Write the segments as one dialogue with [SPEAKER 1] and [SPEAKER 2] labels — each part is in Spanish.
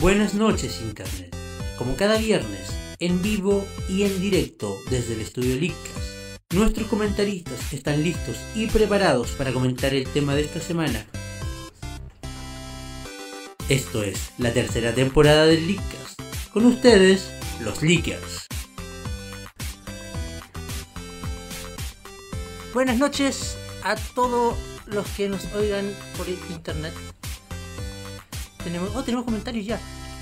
[SPEAKER 1] Buenas noches Internet, como cada viernes, en vivo y en directo desde el estudio Lickas. Nuestros comentaristas están listos y preparados para comentar el tema de esta semana. Esto es la tercera temporada del Lickas. Con ustedes, los Lickers.
[SPEAKER 2] Buenas noches a todos los que nos oigan por internet. Tenemos, oh, tenemos comentarios ya.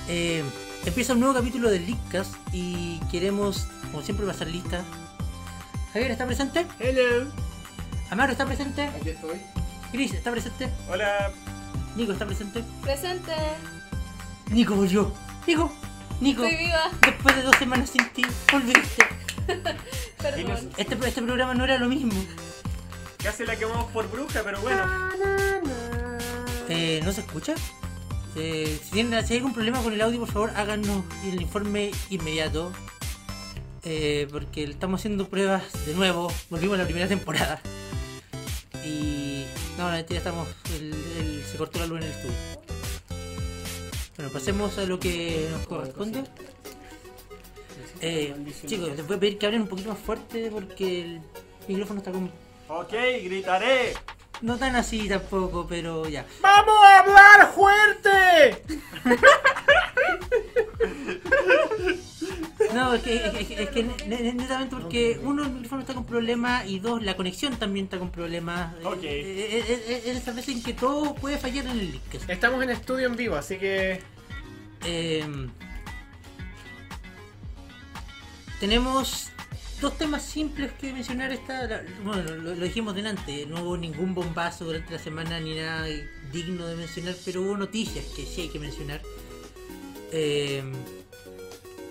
[SPEAKER 2] Eh, empieza un nuevo capítulo de Leakcast y queremos, como siempre, pasar lista. Javier está presente,
[SPEAKER 3] Hello.
[SPEAKER 2] Amaro está presente,
[SPEAKER 3] Aquí estoy.
[SPEAKER 2] Gris está presente,
[SPEAKER 3] Hola.
[SPEAKER 2] Nico está presente.
[SPEAKER 4] Presente,
[SPEAKER 2] Nico volvió. Nico, Nico,
[SPEAKER 4] estoy viva,
[SPEAKER 2] después de dos semanas sin ti, volviste.
[SPEAKER 4] perdón.
[SPEAKER 2] Este, este programa no era lo mismo.
[SPEAKER 3] Casi la quemamos por bruja, pero bueno.
[SPEAKER 2] Eh, ¿No se escucha? Eh, si, tienen, si hay algún problema con el audio, por favor, háganos el informe inmediato. Eh, porque estamos haciendo pruebas de nuevo. Volvimos a la primera temporada. Y. No, la mentira, estamos. el- el- se cortó la luz en el estudio. Bueno, pasemos a lo que nos corresponde. Eh, chicos, les voy a pedir que hablen un poquito más fuerte porque el micrófono está como.
[SPEAKER 3] Ok, gritaré.
[SPEAKER 2] No tan así tampoco, pero ya.
[SPEAKER 3] ¡Vamos a hablar fuerte!
[SPEAKER 2] No, es que, es que- es que- es que ne- ne- netamente porque uno, el micrófono está con problemas y dos, la conexión también está con problemas. Eh,
[SPEAKER 3] Ok.
[SPEAKER 2] eh, eh, eh, Es esa vez en que todo puede fallar en el link.
[SPEAKER 5] Estamos en estudio en vivo, así que
[SPEAKER 2] Eh, tenemos dos temas simples que mencionar. Esta, la- bueno, lo, lo dijimos delante, no hubo ningún bombazo durante la semana ni nada digno de mencionar, pero hubo noticias que sí hay que mencionar. Eh,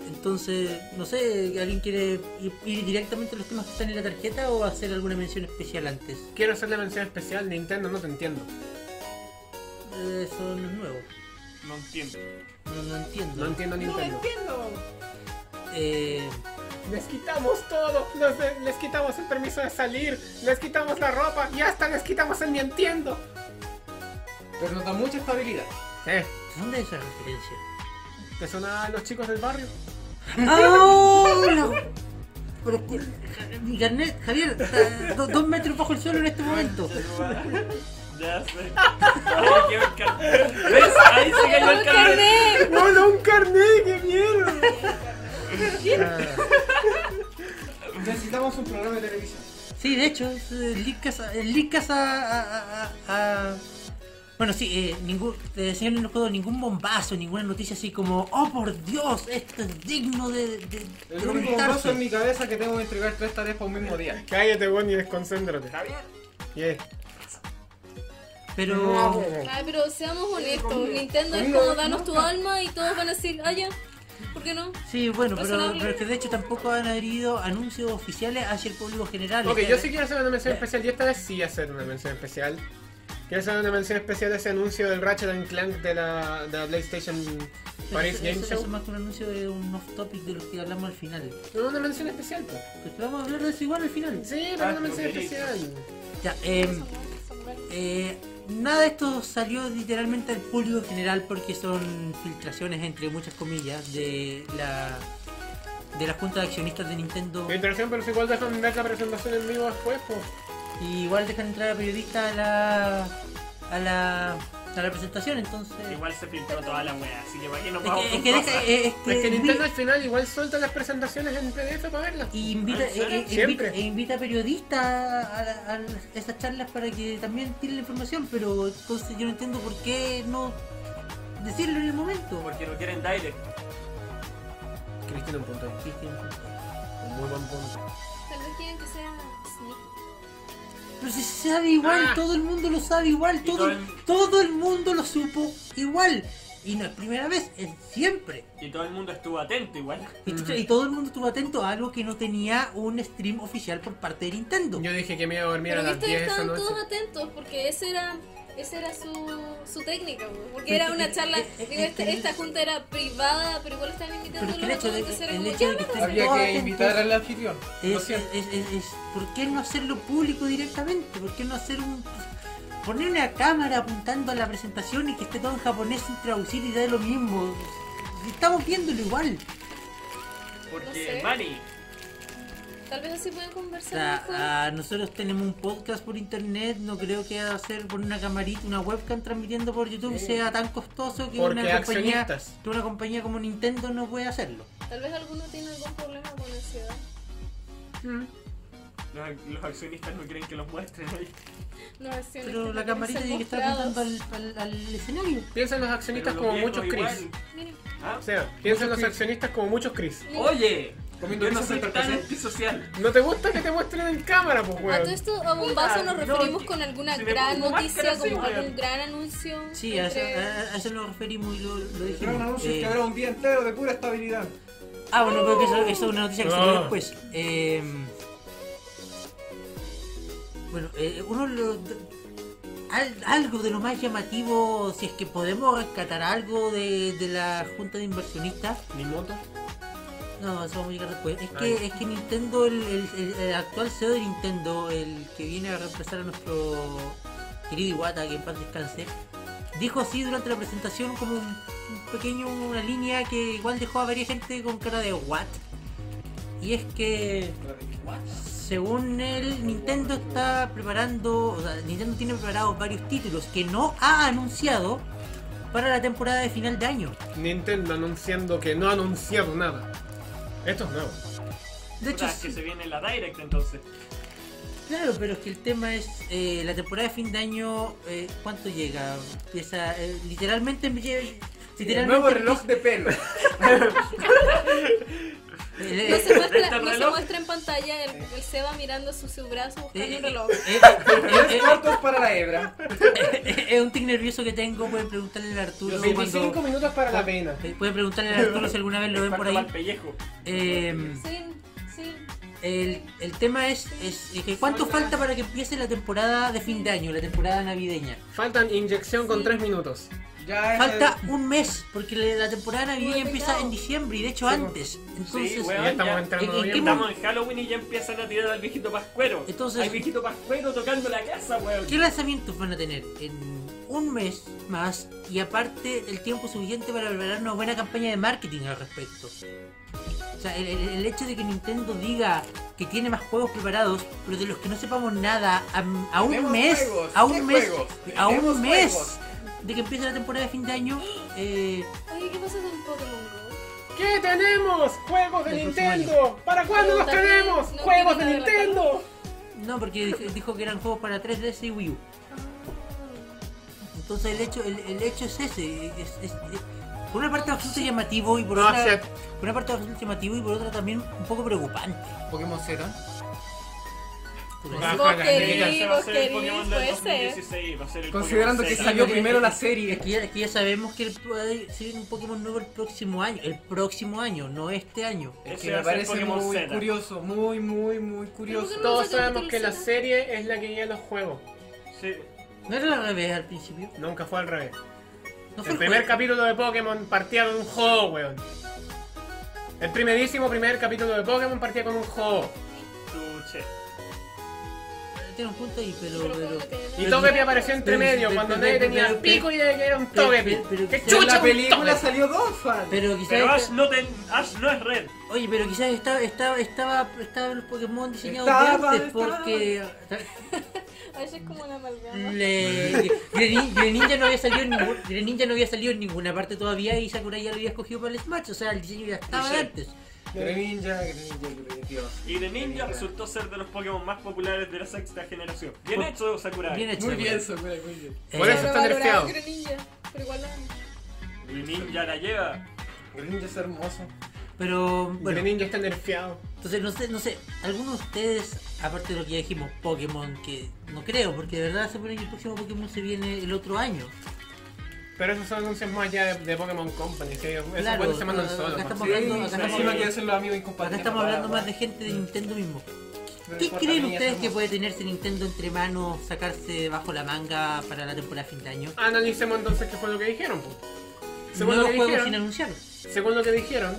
[SPEAKER 2] entonces, no sé, ¿alguien quiere ir, ir directamente a los temas que están en la tarjeta o hacer alguna mención especial antes?
[SPEAKER 5] quiero hacerle mención especial. Nintendo, no te entiendo.
[SPEAKER 2] Eh, Eso no es nuevo,
[SPEAKER 3] No entiendo.
[SPEAKER 2] no, no entiendo.
[SPEAKER 5] No entiendo Nintendo.
[SPEAKER 3] entiendo.
[SPEAKER 2] Eh,
[SPEAKER 5] Les quitamos todo. nos de- les quitamos el permiso de salir. Les quitamos la ropa. Y hasta les quitamos el Nintendo.
[SPEAKER 6] Pero nos da mucha estabilidad.
[SPEAKER 5] Eh,
[SPEAKER 2] ¿Dónde es esa referencia?
[SPEAKER 5] ¿te suena a los chicos del barrio?
[SPEAKER 2] ¡Oh! la- Pero es que Ja- mi carnet, Javier, está do- dos metros bajo el suelo en este momento.
[SPEAKER 3] Ya sé. Ay, qué buen car- ¿Ves? Ahí se cayó el carnet.
[SPEAKER 4] carnet!
[SPEAKER 5] ¡No, no, un carnet! Ah. ¡Qué mierda!
[SPEAKER 6] Necesitamos un programa de televisión.
[SPEAKER 2] Sí, de hecho, es, eh, Lickas a- eh, Lickas a, a- a- a- Bueno, sí, eh, ningún, eh, señor no juego ningún bombazo, ninguna noticia así como, oh por Dios, esto es digno de, de- de
[SPEAKER 6] El único
[SPEAKER 2] comentarse.
[SPEAKER 6] bombazo en mi cabeza que tengo que entregar tres tareas para un mismo día.
[SPEAKER 5] Cállate, Bonnie, y desconcéntrate.
[SPEAKER 3] Javier.
[SPEAKER 5] Yeah.
[SPEAKER 2] Pero
[SPEAKER 4] Ay, pero seamos honestos, Nintendo es como danos tu alma y todos van a decir, ah ya, ¿por qué no?
[SPEAKER 2] sí, bueno, pero,
[SPEAKER 4] Razonable.
[SPEAKER 2] pero es que de hecho tampoco han habido anuncios oficiales hacia el público general. Este,
[SPEAKER 5] Ok,
[SPEAKER 2] O sea,
[SPEAKER 5] yo sí quiero hacer una mención especial y esta vez sí hacer una mención especial. Quiero hacer una mención especial a ese anuncio del Ratchet and Clank de la, de la PlayStation Paris
[SPEAKER 2] este, eso-
[SPEAKER 5] Game
[SPEAKER 2] eso-
[SPEAKER 5] Show.
[SPEAKER 2] eso es más que un anuncio de un off topic de los que hablamos al final.
[SPEAKER 5] No, una mención especial. po.
[SPEAKER 2] Pues vamos a hablar de eso igual al final.
[SPEAKER 5] Sí, pero
[SPEAKER 3] Ah,
[SPEAKER 5] una mención
[SPEAKER 3] ok.
[SPEAKER 5] especial.
[SPEAKER 2] Ya, eh, eh, nada de esto salió literalmente al público en general porque son filtraciones entre muchas comillas de la de la junta de accionistas de Nintendo
[SPEAKER 5] Mi interacción, pero si igual dejan ver la presentación en vivo después, pues.
[SPEAKER 2] y igual dejan entrar a periodistas a la a la a la presentación entonces
[SPEAKER 3] Igual se filtró toda la wea, así que para qué nos
[SPEAKER 2] es
[SPEAKER 3] vamos
[SPEAKER 2] que, es
[SPEAKER 3] con
[SPEAKER 2] que deja-
[SPEAKER 3] cosas?
[SPEAKER 2] eh, es que
[SPEAKER 5] Es que
[SPEAKER 2] invi-
[SPEAKER 5] Nintendo al final igual suelta las presentaciones en PDF para verlas.
[SPEAKER 2] y invita,
[SPEAKER 3] ¿En serio?
[SPEAKER 2] eh, eh, invita-
[SPEAKER 5] Siempre.
[SPEAKER 2] e invita periodistas a, a- a esas charlas para que también tiren la información pero entonces yo no entiendo por qué no decirlo en el momento
[SPEAKER 3] Porque no quieren direct.
[SPEAKER 5] Cristina, un punto. ahí. Un muy buen punto.
[SPEAKER 4] Tal vez quieren que sea sneaky.
[SPEAKER 2] Pero si se sabe igual,
[SPEAKER 5] Ah.
[SPEAKER 2] todo el mundo lo sabe igual,
[SPEAKER 3] Y
[SPEAKER 2] todo,
[SPEAKER 3] todo
[SPEAKER 2] el...
[SPEAKER 3] el-
[SPEAKER 2] todo el mundo lo supo igual. Y no es primera vez, es siempre.
[SPEAKER 3] Y todo el mundo estuvo atento igual.
[SPEAKER 2] Y, chucha, y todo el mundo estuvo atento a algo que no tenía un stream oficial por parte de Nintendo.
[SPEAKER 5] Yo dije que me iba a dormir
[SPEAKER 4] Pero
[SPEAKER 5] a las
[SPEAKER 4] viste,
[SPEAKER 5] 10 esa
[SPEAKER 4] estaban
[SPEAKER 5] noche.
[SPEAKER 4] todos atentos porque esa era, esa era su, su técnica, güey, porque era una charla, digo, este- esta junta era privada, pero igual estaban
[SPEAKER 2] Pero
[SPEAKER 4] invitando
[SPEAKER 2] es
[SPEAKER 4] a
[SPEAKER 2] que el
[SPEAKER 4] los
[SPEAKER 2] hecho de
[SPEAKER 4] otros,
[SPEAKER 2] que,
[SPEAKER 4] entonces era
[SPEAKER 2] el
[SPEAKER 4] como,
[SPEAKER 2] hecho de
[SPEAKER 4] ya,
[SPEAKER 2] que estén
[SPEAKER 6] Habría
[SPEAKER 2] todos
[SPEAKER 6] que
[SPEAKER 2] atentos
[SPEAKER 6] invitar al anfitrión. Lo
[SPEAKER 2] es, es,
[SPEAKER 6] siento.
[SPEAKER 2] es- es- es- ¿Por qué no hacerlo público directamente? ¿Por qué no hacer un... poner una cámara apuntando a la presentación y que esté todo en japonés sin traducir y da lo mismo. Estamos viéndolo igual.
[SPEAKER 3] Porque
[SPEAKER 4] No sé.
[SPEAKER 3] Mari,
[SPEAKER 4] Tal vez así pueden
[SPEAKER 2] O
[SPEAKER 4] conversar
[SPEAKER 2] sea,
[SPEAKER 4] mejor.
[SPEAKER 2] ah, nosotros tenemos un podcast por internet, no creo que hacer por una camarita, una webcam transmitiendo por YouTube sea tan costoso que
[SPEAKER 5] Porque
[SPEAKER 2] una compañía,
[SPEAKER 5] accionistas.
[SPEAKER 2] que una compañía como Nintendo no puede hacerlo.
[SPEAKER 4] Tal vez alguno tiene algún problema con ansiedad.
[SPEAKER 3] los, los accionistas no quieren que los muestren. ¿no?
[SPEAKER 4] No, es cierto,
[SPEAKER 2] Pero la
[SPEAKER 4] que
[SPEAKER 2] camarita
[SPEAKER 4] ser
[SPEAKER 2] tiene que estar
[SPEAKER 4] mostrados.
[SPEAKER 2] apuntando al, al- al escenario.
[SPEAKER 5] Piensa en los
[SPEAKER 3] Pero
[SPEAKER 5] accionistas
[SPEAKER 3] los
[SPEAKER 5] como
[SPEAKER 3] viejos
[SPEAKER 5] muchos
[SPEAKER 3] igual.
[SPEAKER 5] Chris.
[SPEAKER 4] Miren,
[SPEAKER 3] ¿Ah?
[SPEAKER 5] O sea, piensa en los
[SPEAKER 6] Chris.
[SPEAKER 5] accionistas como muchos Chris.
[SPEAKER 4] miren.
[SPEAKER 3] Oye,
[SPEAKER 6] Comiendo
[SPEAKER 3] yo no
[SPEAKER 6] pizzas
[SPEAKER 3] soy
[SPEAKER 6] en
[SPEAKER 3] tan
[SPEAKER 6] Carcasón.
[SPEAKER 3] antisocial.
[SPEAKER 5] ¿No te gusta que te muestren en cámara, pues,
[SPEAKER 4] A todo
[SPEAKER 5] weón?
[SPEAKER 4] esto, a Bombazo
[SPEAKER 3] no,
[SPEAKER 4] nos referimos
[SPEAKER 3] que-
[SPEAKER 4] con alguna
[SPEAKER 3] si me
[SPEAKER 4] gran
[SPEAKER 3] pongo
[SPEAKER 4] noticia,
[SPEAKER 3] máscara, sí,
[SPEAKER 4] como
[SPEAKER 3] weón.
[SPEAKER 4] algún gran anuncio.
[SPEAKER 2] Sí, a eso, ah.
[SPEAKER 4] entre-
[SPEAKER 2] a- a eso nos referimos y lo, lo
[SPEAKER 6] Era un
[SPEAKER 2] dijimos.
[SPEAKER 6] anuncio
[SPEAKER 2] Eh,
[SPEAKER 6] que habrá un día entero de pura estabilidad.
[SPEAKER 2] Ah, bueno, creo que eso, eso es una noticia que salió
[SPEAKER 5] Ah.
[SPEAKER 2] después. Eh, bueno, eh, uno lo- de- al- algo de lo más llamativo, si es que podemos rescatar algo de, de la junta de inversionistas.
[SPEAKER 5] Ni moto.
[SPEAKER 2] No, eso vamos a llegar después. Es
[SPEAKER 5] Ay.
[SPEAKER 2] que, es que Nintendo, el, el- el- el actual CEO de Nintendo, el que viene a reemplazar a nuestro querido Iwata, que en paz descanse, dijo así durante la presentación como un, un pequeño, una línea que igual dejó a varias gente con cara de what. Y es que, según él, Nintendo está preparando, o sea, Nintendo tiene preparados varios títulos que no ha anunciado para la temporada de final de año.
[SPEAKER 5] Nintendo anunciando que no ha anunciado nada. Esto es nuevo.
[SPEAKER 2] De
[SPEAKER 3] Puta,
[SPEAKER 2] hecho,
[SPEAKER 3] es que se viene la Direct entonces.
[SPEAKER 2] Claro, pero es que el tema es eh, la temporada de fin de año, eh, ¿cuánto llega? Empieza, eh, literalmente, me lle-
[SPEAKER 6] El
[SPEAKER 2] literalmente
[SPEAKER 6] nuevo reloj de pelo.
[SPEAKER 2] empieza- eh, el-
[SPEAKER 4] No
[SPEAKER 2] el-
[SPEAKER 4] se, muestra,
[SPEAKER 3] ¿Presta
[SPEAKER 4] no se
[SPEAKER 3] reloj?
[SPEAKER 4] muestra en pantalla el, el Seba mirando su, su brazo buscando
[SPEAKER 2] eh,
[SPEAKER 4] un reloj.
[SPEAKER 2] eh, eh,
[SPEAKER 6] Tres cortos para la hebra.
[SPEAKER 2] eh, eh, Es un tic nervioso que tengo, pueden preguntarle a Arturo
[SPEAKER 5] 25
[SPEAKER 2] cuando...
[SPEAKER 5] minutos para la pena.
[SPEAKER 2] eh, Pueden preguntarle a Arturo si alguna vez lo ven por
[SPEAKER 3] Parto
[SPEAKER 2] ahí.
[SPEAKER 3] mal pellejo.
[SPEAKER 2] Eh,
[SPEAKER 4] Sí, sí.
[SPEAKER 2] el, el tema es, es, es que ¿cuánto falta para que empiece la temporada de fin de año, la temporada navideña?
[SPEAKER 5] Faltan inyección con 3 minutos.
[SPEAKER 6] Ya
[SPEAKER 3] Ah,
[SPEAKER 6] es
[SPEAKER 2] Falta
[SPEAKER 3] eh,
[SPEAKER 2] un mes, porque la la temporada navideña empieza en diciembre y de hecho
[SPEAKER 6] Sí, po.
[SPEAKER 2] antes.
[SPEAKER 3] sí,
[SPEAKER 2] Entonces,
[SPEAKER 3] weón,
[SPEAKER 5] ya estamos
[SPEAKER 2] ¿En- en
[SPEAKER 5] entrando
[SPEAKER 3] ya.
[SPEAKER 5] en
[SPEAKER 2] qué
[SPEAKER 5] noviembre.
[SPEAKER 3] Estamos en Halloween y ya empiezan a tirar al viejito pascuero.
[SPEAKER 2] Entonces-
[SPEAKER 3] Hay viejito pascuero tocando la casa, weón.
[SPEAKER 2] ¿Qué lanzamientos van a tener en un mes más y aparte el tiempo suficiente para preparar una buena campaña de marketing al respecto? O sea, el, el- el hecho de que Nintendo diga que tiene más juegos preparados, pero de los que no sepamos nada a, a un
[SPEAKER 6] Tenemos
[SPEAKER 2] mes,
[SPEAKER 6] juegos,
[SPEAKER 2] a un
[SPEAKER 6] ¿qué
[SPEAKER 2] mes,
[SPEAKER 6] juegos?
[SPEAKER 2] a
[SPEAKER 6] Tenemos
[SPEAKER 2] un mes
[SPEAKER 6] juegos.
[SPEAKER 2] de que empiece la temporada de fin de año, eh,
[SPEAKER 4] Oye, ¿qué pasa con Pokémon Go?
[SPEAKER 5] ¿Qué tenemos? ¡Juegos de
[SPEAKER 2] El próximo
[SPEAKER 5] Nintendo! ¿Para cuándo los
[SPEAKER 4] También
[SPEAKER 5] tenemos?
[SPEAKER 4] no
[SPEAKER 5] ¡Juegos de
[SPEAKER 4] quieren adelantar.
[SPEAKER 5] Nintendo!
[SPEAKER 2] no, porque dij- dijo que eran juegos para 3DS y Wii U. Entonces el hecho, el, el hecho es ese, es- es- es- por una parte bastante llamativo y por
[SPEAKER 5] No,
[SPEAKER 2] otra...
[SPEAKER 5] o sea,
[SPEAKER 2] Por una parte bastante llamativo y por otra también un poco preocupante.
[SPEAKER 6] Pokémon Z.
[SPEAKER 5] Baja
[SPEAKER 4] Vos
[SPEAKER 5] la liga,
[SPEAKER 4] querís,
[SPEAKER 3] Ese va a
[SPEAKER 4] vos
[SPEAKER 3] ser el
[SPEAKER 4] querís,
[SPEAKER 3] Pokémon
[SPEAKER 4] puede
[SPEAKER 3] del
[SPEAKER 4] ser.
[SPEAKER 3] 2016. Va a ser el
[SPEAKER 6] Considerando
[SPEAKER 3] Pokémon
[SPEAKER 6] que
[SPEAKER 3] Z.
[SPEAKER 6] salió primero la
[SPEAKER 2] Es
[SPEAKER 6] serie.
[SPEAKER 2] que, ya, es que ya sabemos que puede ser un Pokémon nuevo el próximo año. El próximo año, no este año.
[SPEAKER 6] Es
[SPEAKER 3] Ese
[SPEAKER 6] que
[SPEAKER 3] va a
[SPEAKER 6] me
[SPEAKER 3] ser
[SPEAKER 6] parece
[SPEAKER 3] Pokémon
[SPEAKER 6] muy
[SPEAKER 3] Z.
[SPEAKER 6] curioso, muy, muy, muy curioso.
[SPEAKER 4] Pero
[SPEAKER 5] Todos
[SPEAKER 4] Vamos a tener
[SPEAKER 5] sabemos que la
[SPEAKER 4] televisión.
[SPEAKER 5] serie es la que guía los juegos.
[SPEAKER 3] Sí.
[SPEAKER 2] ¿No era la revés al principio?
[SPEAKER 5] Nunca fue al revés.
[SPEAKER 2] No
[SPEAKER 5] El primer
[SPEAKER 2] juego.
[SPEAKER 5] capítulo de Pokémon partía con un juego, weón. El primerísimo primer capítulo de Pokémon partía con un juego.
[SPEAKER 3] Tu che.
[SPEAKER 2] Tiene un punto ahí, pero...
[SPEAKER 4] Pero
[SPEAKER 2] pero-
[SPEAKER 4] como que tiene-
[SPEAKER 5] Y Togepi apareció
[SPEAKER 2] Pero-
[SPEAKER 5] entre medio,
[SPEAKER 2] pero-
[SPEAKER 5] cuando
[SPEAKER 2] pero-
[SPEAKER 5] nadie
[SPEAKER 2] pero-
[SPEAKER 5] tenía
[SPEAKER 2] pero-
[SPEAKER 5] pico y era un
[SPEAKER 2] pero-
[SPEAKER 5] Togepi.
[SPEAKER 2] pero- pero-
[SPEAKER 5] ¡Qué
[SPEAKER 2] pero-
[SPEAKER 6] En
[SPEAKER 5] chucha!
[SPEAKER 6] la
[SPEAKER 5] un
[SPEAKER 6] película
[SPEAKER 5] Togepi!
[SPEAKER 6] salió Dolphin.
[SPEAKER 2] pero quizás...
[SPEAKER 3] Pero Ash
[SPEAKER 2] esta-
[SPEAKER 3] no, ten- Ash no es red.
[SPEAKER 2] Oye, pero quizás estaba, estaba, estaba, estaban los Pokémon diseñados
[SPEAKER 6] Estaba,
[SPEAKER 2] de antes porque...
[SPEAKER 4] A veces es como la
[SPEAKER 2] Mm.
[SPEAKER 4] amalgama.
[SPEAKER 2] Le... Grenin- Greninja, no había salido en ningún... Greninja no había salido en ninguna parte todavía y Sakurai ya lo había escogido para el Smash. O sea, el diseño ya estaba de antes.
[SPEAKER 6] Greninja, Greninja, Greninja, Dios.
[SPEAKER 3] Y de ninja resultó ser de los Pokémon más populares de la sexta generación. Bien
[SPEAKER 2] Por-
[SPEAKER 3] hecho, Sakurai.
[SPEAKER 2] Bien hecho.
[SPEAKER 6] Muy
[SPEAKER 2] güey.
[SPEAKER 6] bien, Sakura, muy bien.
[SPEAKER 2] Eh,
[SPEAKER 5] Por eso está
[SPEAKER 4] Sobrevalorado,
[SPEAKER 5] nerfeado.
[SPEAKER 4] Greninja, Pero igual la amo.
[SPEAKER 3] Y ninja la lleva.
[SPEAKER 6] Greninja es hermoso.
[SPEAKER 2] Pero bueno,
[SPEAKER 5] El ninja está nerfeado.
[SPEAKER 2] entonces no sé, no sé, ¿alguno de ustedes, aparte de lo que ya dijimos, Pokémon, que no creo, porque de verdad se supone que el próximo Pokémon se viene el otro año?
[SPEAKER 5] Pero esos son anuncios más allá de, de Pokémon Company. ¿sí? Esos
[SPEAKER 2] Claro,
[SPEAKER 5] buenos se mandan
[SPEAKER 2] acá
[SPEAKER 5] solos.
[SPEAKER 2] estamos-
[SPEAKER 5] ¿no?
[SPEAKER 6] Sí,
[SPEAKER 2] hablando- acá
[SPEAKER 6] sí,
[SPEAKER 3] estamos-
[SPEAKER 6] encima que hacen los amigos incompatibles.
[SPEAKER 2] Acá estamos hablando más de gente de Nintendo mismo. ¿Qué creen ustedes que puede tenerse Nintendo entre manos, sacarse bajo la manga para la temporada de fin de año?
[SPEAKER 5] Analicemos entonces qué fue lo que dijeron. pues. Según lo
[SPEAKER 2] Nuevos
[SPEAKER 5] que
[SPEAKER 2] juegos sin
[SPEAKER 5] dijeron,
[SPEAKER 2] anunciar.
[SPEAKER 5] según lo que dijeron,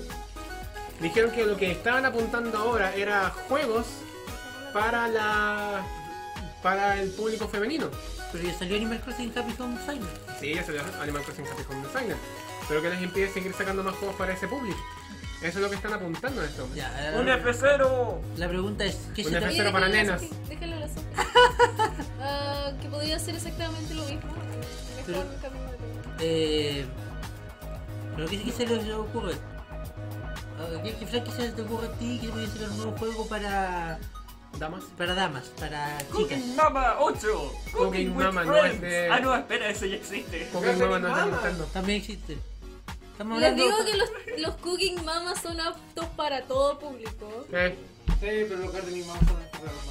[SPEAKER 5] dijeron que lo que estaban apuntando ahora era juegos para la para el público femenino.
[SPEAKER 2] pero ya salió Animal Crossing Happy Home Silent.
[SPEAKER 5] Sí, ya salió Animal Crossing Happy Home Designer. Pero que les impide seguir sacando más juegos para ese público. Eso es lo que están apuntando en este momento.
[SPEAKER 2] Ya,
[SPEAKER 3] ¡Un
[SPEAKER 2] la,
[SPEAKER 3] F0!
[SPEAKER 2] la pregunta es, ¿qué
[SPEAKER 5] Un
[SPEAKER 2] se
[SPEAKER 5] F-
[SPEAKER 2] trata?
[SPEAKER 5] Tercero para nenas.
[SPEAKER 4] Déjalo a la Sofi. Ah, que podría ser exactamente lo mismo. Mejor
[SPEAKER 2] Pero-
[SPEAKER 4] camino de vida.
[SPEAKER 2] Eh, ¿Pero qué, qué se les ocurre? Ah, ¿Qué, qué Frankie, se les ocurre a ti que puede ser un nuevo juego para,
[SPEAKER 5] Damas.
[SPEAKER 2] para damas, para chicas?
[SPEAKER 3] Cooking Mama 8!
[SPEAKER 5] Cooking
[SPEAKER 3] with
[SPEAKER 5] Mama no es
[SPEAKER 3] Friends.
[SPEAKER 5] de-
[SPEAKER 3] Ah, no, espera, eso ya existe.
[SPEAKER 5] Pokémon Mama no está apuntando.
[SPEAKER 2] También existe. Estamos
[SPEAKER 4] Les
[SPEAKER 2] hablando...
[SPEAKER 4] digo que los, los cooking mamas son aptos para todo público.
[SPEAKER 5] Eh,
[SPEAKER 6] pero los Gardening Mouse son estos para los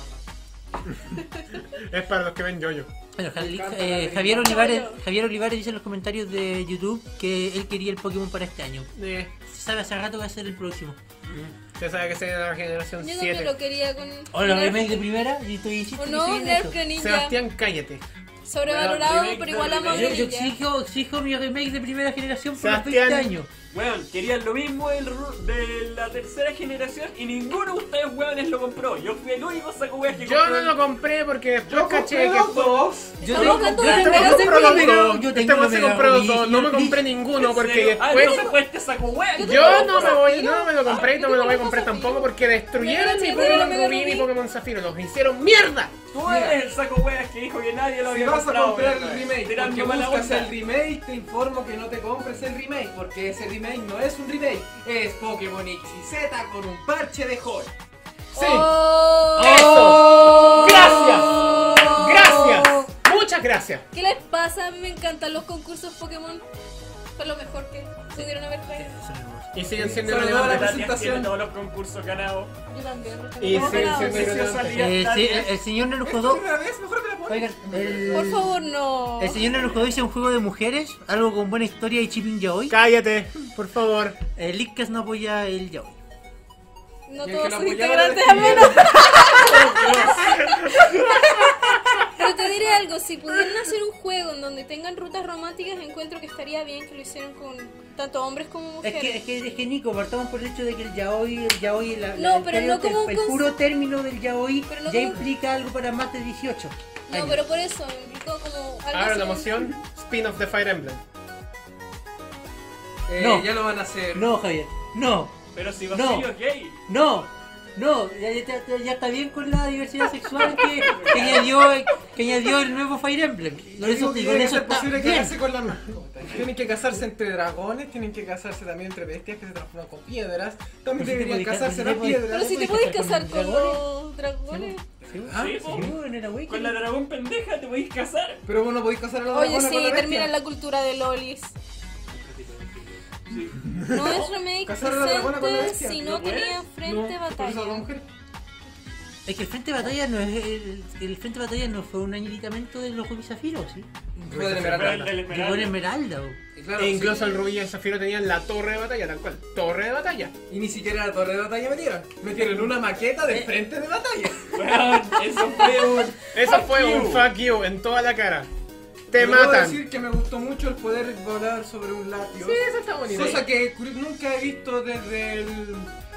[SPEAKER 6] mamás.
[SPEAKER 5] es para los que ven Jojo.
[SPEAKER 2] Bueno, Jali-
[SPEAKER 6] encanta
[SPEAKER 2] eh,
[SPEAKER 6] la
[SPEAKER 2] Javier,
[SPEAKER 4] película.
[SPEAKER 2] Olivares, Javier Olivares dice en los comentarios de YouTube que él quería el Pokémon para este año.
[SPEAKER 5] Eh,
[SPEAKER 2] Se sabe hace rato que va a ser el próximo.
[SPEAKER 5] ya sabe que se viene la generación
[SPEAKER 4] Yo también lo
[SPEAKER 5] 7.
[SPEAKER 4] quería con.
[SPEAKER 2] O los
[SPEAKER 4] Nerf-
[SPEAKER 2] remakes de primera, y tú hiciste
[SPEAKER 4] O
[SPEAKER 2] que
[SPEAKER 4] no,
[SPEAKER 2] sigan
[SPEAKER 4] Nerf
[SPEAKER 2] eso.
[SPEAKER 4] Greninja.
[SPEAKER 5] Sebastián, cállate.
[SPEAKER 4] Sobrevalorado,
[SPEAKER 3] Bueno,
[SPEAKER 4] pero igual amo a
[SPEAKER 3] remake
[SPEAKER 2] Yo, yo
[SPEAKER 4] Greninja.
[SPEAKER 2] exijo, exijo mi remake de primera generación por los
[SPEAKER 5] Sebastián.
[SPEAKER 2] 20 años.
[SPEAKER 3] Weón, querían lo mismo del ru- de la tercera generación y ninguno de ustedes, weones, lo compró. Yo fui el único saco weón que
[SPEAKER 5] Yo
[SPEAKER 3] compró.
[SPEAKER 5] no lo compré porque después caché que
[SPEAKER 6] los
[SPEAKER 5] fue-
[SPEAKER 6] dos.
[SPEAKER 2] Yo
[SPEAKER 4] Estamos
[SPEAKER 2] tengo,
[SPEAKER 4] hablando
[SPEAKER 2] yo
[SPEAKER 4] de
[SPEAKER 2] tengo-
[SPEAKER 4] remakes de
[SPEAKER 2] yo tengo-
[SPEAKER 4] primera.
[SPEAKER 2] yo
[SPEAKER 5] Este
[SPEAKER 2] tengo
[SPEAKER 5] weón se
[SPEAKER 2] Mega
[SPEAKER 5] compró los dos.
[SPEAKER 2] Original.
[SPEAKER 5] No me compré
[SPEAKER 3] ¿En
[SPEAKER 5] ninguno porque
[SPEAKER 3] serio? Ah,
[SPEAKER 5] después.
[SPEAKER 3] entonces fue este saco weón.
[SPEAKER 5] Yo no me voy, no me lo compré y
[SPEAKER 4] Yo
[SPEAKER 5] no me lo voy a
[SPEAKER 4] tengo
[SPEAKER 5] comprar
[SPEAKER 4] Pokémon
[SPEAKER 5] tampoco
[SPEAKER 4] Zafiro.
[SPEAKER 5] porque destruyeron mi
[SPEAKER 4] Yo tengo
[SPEAKER 5] Pokémon
[SPEAKER 4] Mega
[SPEAKER 5] Rubí y mi
[SPEAKER 4] Rubí.
[SPEAKER 5] Pokémon Zafiro. Los hicieron mierda.
[SPEAKER 3] Tú eres el saco weón que dijo que nadie lo
[SPEAKER 6] Si
[SPEAKER 3] había
[SPEAKER 6] vas a
[SPEAKER 3] comprado.
[SPEAKER 6] comprar el
[SPEAKER 3] weón.
[SPEAKER 6] remake,
[SPEAKER 3] Tirando
[SPEAKER 6] porque
[SPEAKER 3] mala
[SPEAKER 6] buscas
[SPEAKER 3] onda.
[SPEAKER 6] el remake, te informo que no te compres el remake, porque ese remake no es un remake, es Pokémon X y Z con un parche de Hall.
[SPEAKER 5] Sí.
[SPEAKER 4] Oh,
[SPEAKER 5] Eso. Gracias. Gracias. Muchas gracias.
[SPEAKER 4] ¿Qué les pasa? A mí me encantan los concursos Pokémon. Fue lo mejor que pudieron haber traído.
[SPEAKER 5] Y siguen siendo
[SPEAKER 6] Sobre todo
[SPEAKER 5] relevantes.
[SPEAKER 6] la-
[SPEAKER 3] Gracias, tiene
[SPEAKER 6] presentación.
[SPEAKER 3] todos los concursos ganados.
[SPEAKER 4] Yo también. los
[SPEAKER 5] Y
[SPEAKER 4] tengo
[SPEAKER 5] sí,
[SPEAKER 4] ganados.
[SPEAKER 5] sí, sí.
[SPEAKER 2] Eh, sí, el, el señor Narujodo.
[SPEAKER 6] Una vez, mejor me la pones.
[SPEAKER 2] Oigan, el,
[SPEAKER 4] Por favor, no.
[SPEAKER 2] el señor Narujodo dice un juego de mujeres, algo con buena historia y chipping yaoi.
[SPEAKER 5] Cállate, por favor.
[SPEAKER 2] El Ickas no apoya el yaoi.
[SPEAKER 4] No
[SPEAKER 6] Y el que
[SPEAKER 4] todos
[SPEAKER 6] lo
[SPEAKER 4] sus
[SPEAKER 6] apoyaba
[SPEAKER 4] integrantes
[SPEAKER 6] era
[SPEAKER 4] al menos. Pero te diré algo, si pudieran hacer un juego en donde tengan rutas románticas, encuentro que estaría bien que lo hicieran con tanto hombres como
[SPEAKER 2] Es
[SPEAKER 4] mujeres.
[SPEAKER 2] que, es, que, es que Nico, partamos por el hecho de que el yaoi, el yaoi, la- la-
[SPEAKER 4] No,
[SPEAKER 2] el,
[SPEAKER 4] pero no como un
[SPEAKER 2] el
[SPEAKER 4] conce-
[SPEAKER 2] puro término del yaoi
[SPEAKER 4] Pero no
[SPEAKER 2] ya
[SPEAKER 4] como-
[SPEAKER 2] implica algo para más de 18.
[SPEAKER 4] No,
[SPEAKER 2] años.
[SPEAKER 4] pero por eso, me implicó como algo
[SPEAKER 5] Ahora
[SPEAKER 4] así
[SPEAKER 5] la
[SPEAKER 4] como-
[SPEAKER 5] moción Spin of the Fire Emblem.
[SPEAKER 6] Eh,
[SPEAKER 2] No.
[SPEAKER 6] Ya lo van a hacer.
[SPEAKER 2] No, Javier, no,
[SPEAKER 3] Pero si
[SPEAKER 2] No.
[SPEAKER 3] Basilio es gay.
[SPEAKER 2] no, no, ya, ya- ya- ya está bien con la diversidad sexual que, que añadió, que añadió el nuevo Fire Emblem. Con eso,
[SPEAKER 6] Digo que
[SPEAKER 2] con
[SPEAKER 6] tiene que
[SPEAKER 2] eso
[SPEAKER 6] ser
[SPEAKER 2] está
[SPEAKER 6] posible que
[SPEAKER 2] bien.
[SPEAKER 6] case con la mano. Tienen que casarse entre dragones, tienen que casarse también entre bestias que se transforman con piedras.
[SPEAKER 2] Pero si
[SPEAKER 6] También
[SPEAKER 2] te
[SPEAKER 6] deberían
[SPEAKER 2] podías- pero
[SPEAKER 6] casarse
[SPEAKER 2] si
[SPEAKER 6] las
[SPEAKER 2] te podías-
[SPEAKER 6] piedras.
[SPEAKER 4] Pero si te
[SPEAKER 2] ¿Puedes
[SPEAKER 4] puedes casar con
[SPEAKER 2] dragones?
[SPEAKER 4] los dragones.
[SPEAKER 2] Ah,
[SPEAKER 3] Sí,
[SPEAKER 2] sí, no era wiki.
[SPEAKER 3] Con la dragón pendeja te podéis casar.
[SPEAKER 6] Pero vos no podéis casar a los
[SPEAKER 4] Oye,
[SPEAKER 6] dragones con
[SPEAKER 4] sí,
[SPEAKER 6] la
[SPEAKER 4] termina
[SPEAKER 6] bestia.
[SPEAKER 4] la cultura de lolis.
[SPEAKER 3] Sí.
[SPEAKER 4] No es remake
[SPEAKER 6] Cazar a la dragona con la
[SPEAKER 4] presente
[SPEAKER 6] bestia,
[SPEAKER 4] si
[SPEAKER 6] ¿no
[SPEAKER 4] no
[SPEAKER 3] puedes?
[SPEAKER 4] tenía frente
[SPEAKER 6] No, por eso
[SPEAKER 4] batalla.
[SPEAKER 6] la mujer.
[SPEAKER 2] Es que el Frente de Batalla no es el, el Frente de Batalla no fue un añaditamento de los Juegos Zafiros, ¿sí?
[SPEAKER 6] Fue de
[SPEAKER 3] Pero el
[SPEAKER 6] Esmeralda.
[SPEAKER 3] del
[SPEAKER 2] Llegó en
[SPEAKER 3] Esmeralda.
[SPEAKER 2] Esmeralda. o-
[SPEAKER 6] Y claro,
[SPEAKER 5] E
[SPEAKER 6] sí.
[SPEAKER 5] incluso el Rubí y el Zafiro tenían la torre de batalla, tal cual. Torre de batalla.
[SPEAKER 6] Y ni siquiera la torre de batalla metieron. Metieron una maqueta de frente de batalla.
[SPEAKER 3] Eh. Weón, eso fue un.
[SPEAKER 5] Eso
[SPEAKER 3] Fuck
[SPEAKER 5] fue
[SPEAKER 3] you.
[SPEAKER 5] un fuck you en toda la cara. Te
[SPEAKER 6] Yo debo
[SPEAKER 5] matan.
[SPEAKER 6] decir que me gustó mucho el poder volar sobre un látigo.
[SPEAKER 5] Sí, eso está bonito.
[SPEAKER 6] Cosa que curi- nunca he visto desde el,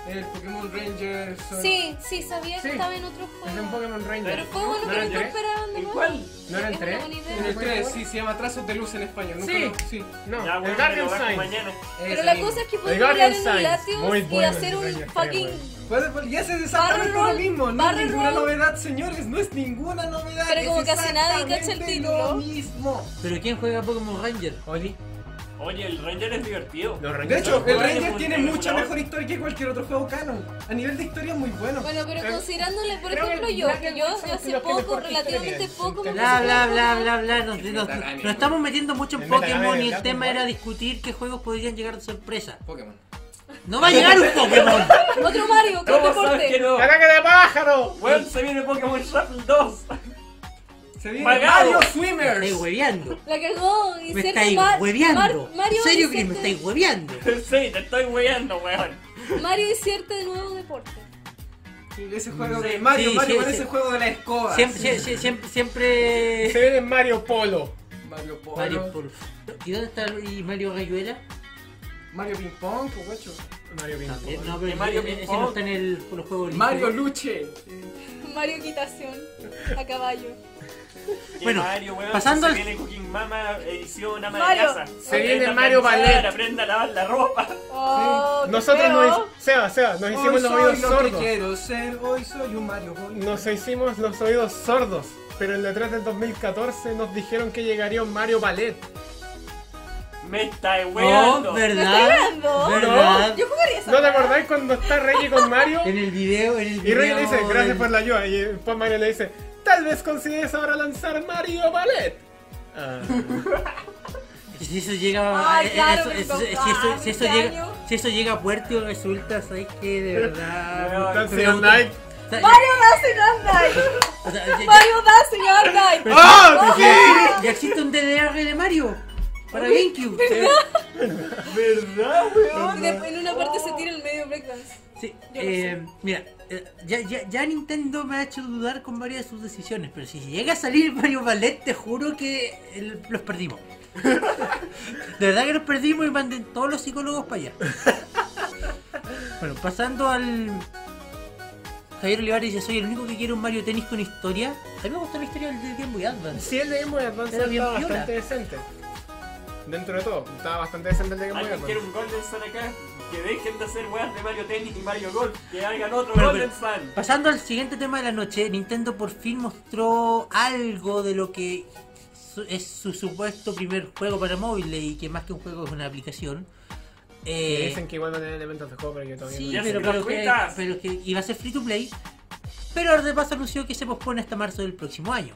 [SPEAKER 6] el Pokémon Rangers. Sol-
[SPEAKER 4] Sí, sí, sabía que
[SPEAKER 5] Sí.
[SPEAKER 4] estaba en otro
[SPEAKER 5] Es un
[SPEAKER 4] juego.
[SPEAKER 5] Pokémon Ranger.
[SPEAKER 4] Pero fue bueno
[SPEAKER 5] ¿No
[SPEAKER 4] que
[SPEAKER 5] era
[SPEAKER 4] lo
[SPEAKER 5] el tres?
[SPEAKER 4] incorporaron de
[SPEAKER 3] ¿Y
[SPEAKER 4] nuevo.
[SPEAKER 3] cuál?
[SPEAKER 5] ¿No eran
[SPEAKER 4] Es una
[SPEAKER 5] tres?
[SPEAKER 4] buena idea.
[SPEAKER 6] En el 3, sí, se llama Trazos de Luz en español. Nunca
[SPEAKER 5] Sí.
[SPEAKER 6] lo- sí.
[SPEAKER 5] No,
[SPEAKER 3] Ya,
[SPEAKER 5] el
[SPEAKER 3] weón, me
[SPEAKER 5] Guardian
[SPEAKER 3] lo bajo
[SPEAKER 5] Sign.
[SPEAKER 3] mañana.
[SPEAKER 4] Pero la cosa es que podemos
[SPEAKER 5] Guardian
[SPEAKER 4] hablar en
[SPEAKER 5] Signs, muy
[SPEAKER 4] Latios y
[SPEAKER 5] bueno,
[SPEAKER 4] hacer
[SPEAKER 5] el
[SPEAKER 4] un
[SPEAKER 5] Guardian
[SPEAKER 4] fucking.
[SPEAKER 5] Signs,
[SPEAKER 6] Pues, pues, ya se exactamente
[SPEAKER 4] Barrel
[SPEAKER 6] lo mismo, no es
[SPEAKER 4] Barrel
[SPEAKER 6] ninguna
[SPEAKER 4] Roll.
[SPEAKER 6] novedad, señores, no es ninguna novedad.
[SPEAKER 4] Pero
[SPEAKER 6] es
[SPEAKER 4] como casi nadie cacha el
[SPEAKER 6] exactamente
[SPEAKER 4] título.
[SPEAKER 6] Lo mismo.
[SPEAKER 2] Pero ¿quién juega Pokémon Ranger?
[SPEAKER 5] Oli,
[SPEAKER 3] Oye, el Ranger es divertido.
[SPEAKER 5] los
[SPEAKER 6] De
[SPEAKER 5] Rangers.
[SPEAKER 6] hecho, el
[SPEAKER 3] Bueno,
[SPEAKER 6] Ranger
[SPEAKER 3] pues,
[SPEAKER 6] tiene
[SPEAKER 3] bueno,
[SPEAKER 6] mucha
[SPEAKER 3] bueno.
[SPEAKER 6] mejor historia que cualquier otro juego canon. A nivel de historia es muy bueno.
[SPEAKER 4] Bueno, pero
[SPEAKER 5] Eh,
[SPEAKER 4] considerándole, por
[SPEAKER 5] creo que
[SPEAKER 4] ejemplo,
[SPEAKER 5] el
[SPEAKER 4] yo,
[SPEAKER 5] Black
[SPEAKER 4] que
[SPEAKER 5] and
[SPEAKER 4] yo
[SPEAKER 5] White son
[SPEAKER 4] hace
[SPEAKER 5] los que mejor
[SPEAKER 4] poco,
[SPEAKER 5] historia
[SPEAKER 4] relativamente
[SPEAKER 5] tienen.
[SPEAKER 4] poco,
[SPEAKER 2] Bla,
[SPEAKER 4] me puse
[SPEAKER 2] bla,
[SPEAKER 4] a
[SPEAKER 2] bla,
[SPEAKER 4] jugar.
[SPEAKER 2] Ah, bla, bla. Nos, nos- nos estamos metiendo mucho en Pokémon y el tema era discutir qué juegos podrían llegar de sorpresa.
[SPEAKER 6] Pokémon.
[SPEAKER 2] ¡No va a llegar un Pokémon!
[SPEAKER 4] Otro Mario, corte,
[SPEAKER 3] ¿Cómo sabes que
[SPEAKER 4] corte.
[SPEAKER 3] no?
[SPEAKER 5] ¡Ataque de pájaro!
[SPEAKER 3] Weón, se viene Pokémon Shuffle 2.
[SPEAKER 6] Se viene
[SPEAKER 3] Pagado.
[SPEAKER 2] Me
[SPEAKER 6] Mario
[SPEAKER 7] Eh,
[SPEAKER 2] estáis
[SPEAKER 6] Swimmers.
[SPEAKER 2] hueveando.
[SPEAKER 4] La cagó, y
[SPEAKER 2] Me
[SPEAKER 4] cerca
[SPEAKER 2] estáis
[SPEAKER 4] Mar-
[SPEAKER 2] hueveando.
[SPEAKER 4] Mar- Mario
[SPEAKER 2] En serio,
[SPEAKER 4] y
[SPEAKER 2] Chris, me
[SPEAKER 4] Siete-
[SPEAKER 2] estáis hueveando.
[SPEAKER 3] Sí, te estoy weyando, weón.
[SPEAKER 4] Mario y cierta de nuevo deporte.
[SPEAKER 6] Sí, Ese juego de Mario,
[SPEAKER 2] Sí,
[SPEAKER 6] Mario
[SPEAKER 2] sí,
[SPEAKER 6] parece
[SPEAKER 2] sí.
[SPEAKER 6] el juego de la escoba.
[SPEAKER 2] Siempre, sie- sie- siempre, siempre.
[SPEAKER 5] Se viene Mario Polo.
[SPEAKER 6] Mario Polo.
[SPEAKER 2] Mario
[SPEAKER 6] Mario,
[SPEAKER 2] Polo. ¿Y dónde está y Mario Rayuela?
[SPEAKER 6] Ping Pong, pues, guacho.
[SPEAKER 5] Mario
[SPEAKER 2] También,
[SPEAKER 7] Eh,
[SPEAKER 5] Pinto.
[SPEAKER 2] no,
[SPEAKER 3] Y
[SPEAKER 2] pero
[SPEAKER 3] Mario
[SPEAKER 2] ese,
[SPEAKER 3] Ping
[SPEAKER 2] ese no
[SPEAKER 3] Pong.
[SPEAKER 2] está en el, los juegos
[SPEAKER 6] Mario
[SPEAKER 2] olímpicos.
[SPEAKER 6] Luche.
[SPEAKER 4] Mario quitación a caballo.
[SPEAKER 3] Que
[SPEAKER 7] Bueno,
[SPEAKER 3] Mario, weón,
[SPEAKER 7] pasando
[SPEAKER 3] se
[SPEAKER 7] al-
[SPEAKER 3] viene Cooking Mama edición ama
[SPEAKER 4] Mario.
[SPEAKER 3] de casa.
[SPEAKER 5] Se viene
[SPEAKER 3] Aprenda a
[SPEAKER 5] Mario
[SPEAKER 3] planchar,
[SPEAKER 5] Ballet.
[SPEAKER 3] Aprenda a lavar la ropa.
[SPEAKER 4] Oh, qué
[SPEAKER 5] Nosotros
[SPEAKER 4] feo.
[SPEAKER 5] nos, Seba, Seba, nos
[SPEAKER 6] hoy
[SPEAKER 5] hicimos los
[SPEAKER 6] Oh, soy
[SPEAKER 5] oídos
[SPEAKER 6] lo que
[SPEAKER 5] sordos.
[SPEAKER 6] quiero ser, hoy soy un Mario Boy.
[SPEAKER 5] Nos hicimos los oídos sordos. Pero en la 3 del 2014 nos dijeron que llegaría un Mario Ballet.
[SPEAKER 3] Me está
[SPEAKER 7] Oh,
[SPEAKER 3] weando.
[SPEAKER 4] ¿Me estoy
[SPEAKER 7] ¿verdad?
[SPEAKER 4] grabando?
[SPEAKER 7] ¿Verdad?
[SPEAKER 4] Yo jugaría esa
[SPEAKER 5] ¿No te
[SPEAKER 4] weá.
[SPEAKER 5] acordáis cuando está Reggie con Mario?
[SPEAKER 7] En el video, en el
[SPEAKER 5] Y
[SPEAKER 7] video.
[SPEAKER 5] Reggie le dice, gracias
[SPEAKER 7] del-
[SPEAKER 5] por la ayuda. Y después Mario le dice, tal vez consideres ahora lanzar Mario Ballet. Ah.
[SPEAKER 7] Si eso llega
[SPEAKER 4] Ay,
[SPEAKER 7] eh,
[SPEAKER 4] claro,
[SPEAKER 7] eso-
[SPEAKER 4] mi
[SPEAKER 7] eso-
[SPEAKER 4] papá,
[SPEAKER 7] si eso- si eso
[SPEAKER 4] mi
[SPEAKER 7] llega,
[SPEAKER 4] año.
[SPEAKER 7] si eso llega a puerto, resulta, ¿sabes qué? De verdad.
[SPEAKER 5] Entonces,
[SPEAKER 7] pero-
[SPEAKER 5] Knight-
[SPEAKER 7] o sea,
[SPEAKER 4] Mario Dancing All Night.
[SPEAKER 7] o sea, ya- ya-
[SPEAKER 4] Mario Dancing All Night. Oh,
[SPEAKER 5] ¡Ah! sí!
[SPEAKER 7] Ya existe un DDR de Mario para GameCube.
[SPEAKER 3] ¿Verdad, weón?
[SPEAKER 4] Y de- En una parte se tira el medio breakdance.
[SPEAKER 7] Sí,
[SPEAKER 4] Yo lo
[SPEAKER 7] eh, mira, eh, ya, ya, ya Nintendo me ha hecho dudar con varias de sus decisiones, pero si llega a salir Mario Ballet, te juro que el- los perdimos. De verdad que los perdimos y manden todos los psicólogos para allá. Bueno, pasando al. Javier Olivares dice: Soy el único que quiere un Mario Tennis con historia. A mí me gustó la historia del de Game Boy Advance.
[SPEAKER 5] Sí, el de Game Boy Advance
[SPEAKER 7] Era
[SPEAKER 5] estaba
[SPEAKER 7] bien piola.
[SPEAKER 5] bastante decente. Dentro de todo, estaba bastante decente el de Game Boy
[SPEAKER 3] Alguien quiere
[SPEAKER 5] Advance.
[SPEAKER 3] un Golden Sun acá. Que dejen de hacer weas de Mario Tennis y Mario Golf. Que hagan otro
[SPEAKER 7] Pero,
[SPEAKER 3] Golden
[SPEAKER 7] pero-
[SPEAKER 3] Sun.
[SPEAKER 7] Pasando al siguiente tema de la noche, Nintendo por fin mostró algo de lo que su- es su supuesto primer juego para móviles y que más que un juego es una aplicación.
[SPEAKER 5] Me
[SPEAKER 7] Eh,
[SPEAKER 5] Dicen que igual van a tener elementos de juego, pero yo todavía
[SPEAKER 7] sí,
[SPEAKER 3] Ya se
[SPEAKER 7] pero,
[SPEAKER 3] me
[SPEAKER 7] pero
[SPEAKER 3] lo
[SPEAKER 7] que,
[SPEAKER 3] cuentas.
[SPEAKER 7] pero que iba a ser free to play. Pero ahora de paso anunció que se pospone hasta marzo del próximo año.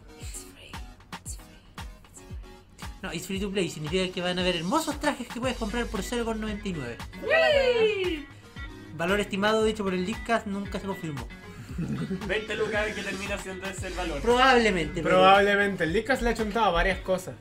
[SPEAKER 7] No, es free to play, significa que van a haber hermosos trajes que puedes comprar por 0,99. Valor estimado dicho por el Discast nunca se confirmó.
[SPEAKER 3] 20 lucas que termina siendo ese el valor.
[SPEAKER 7] Probablemente. pero-
[SPEAKER 5] Probablemente. El Lickas le ha chuntado varias cosas.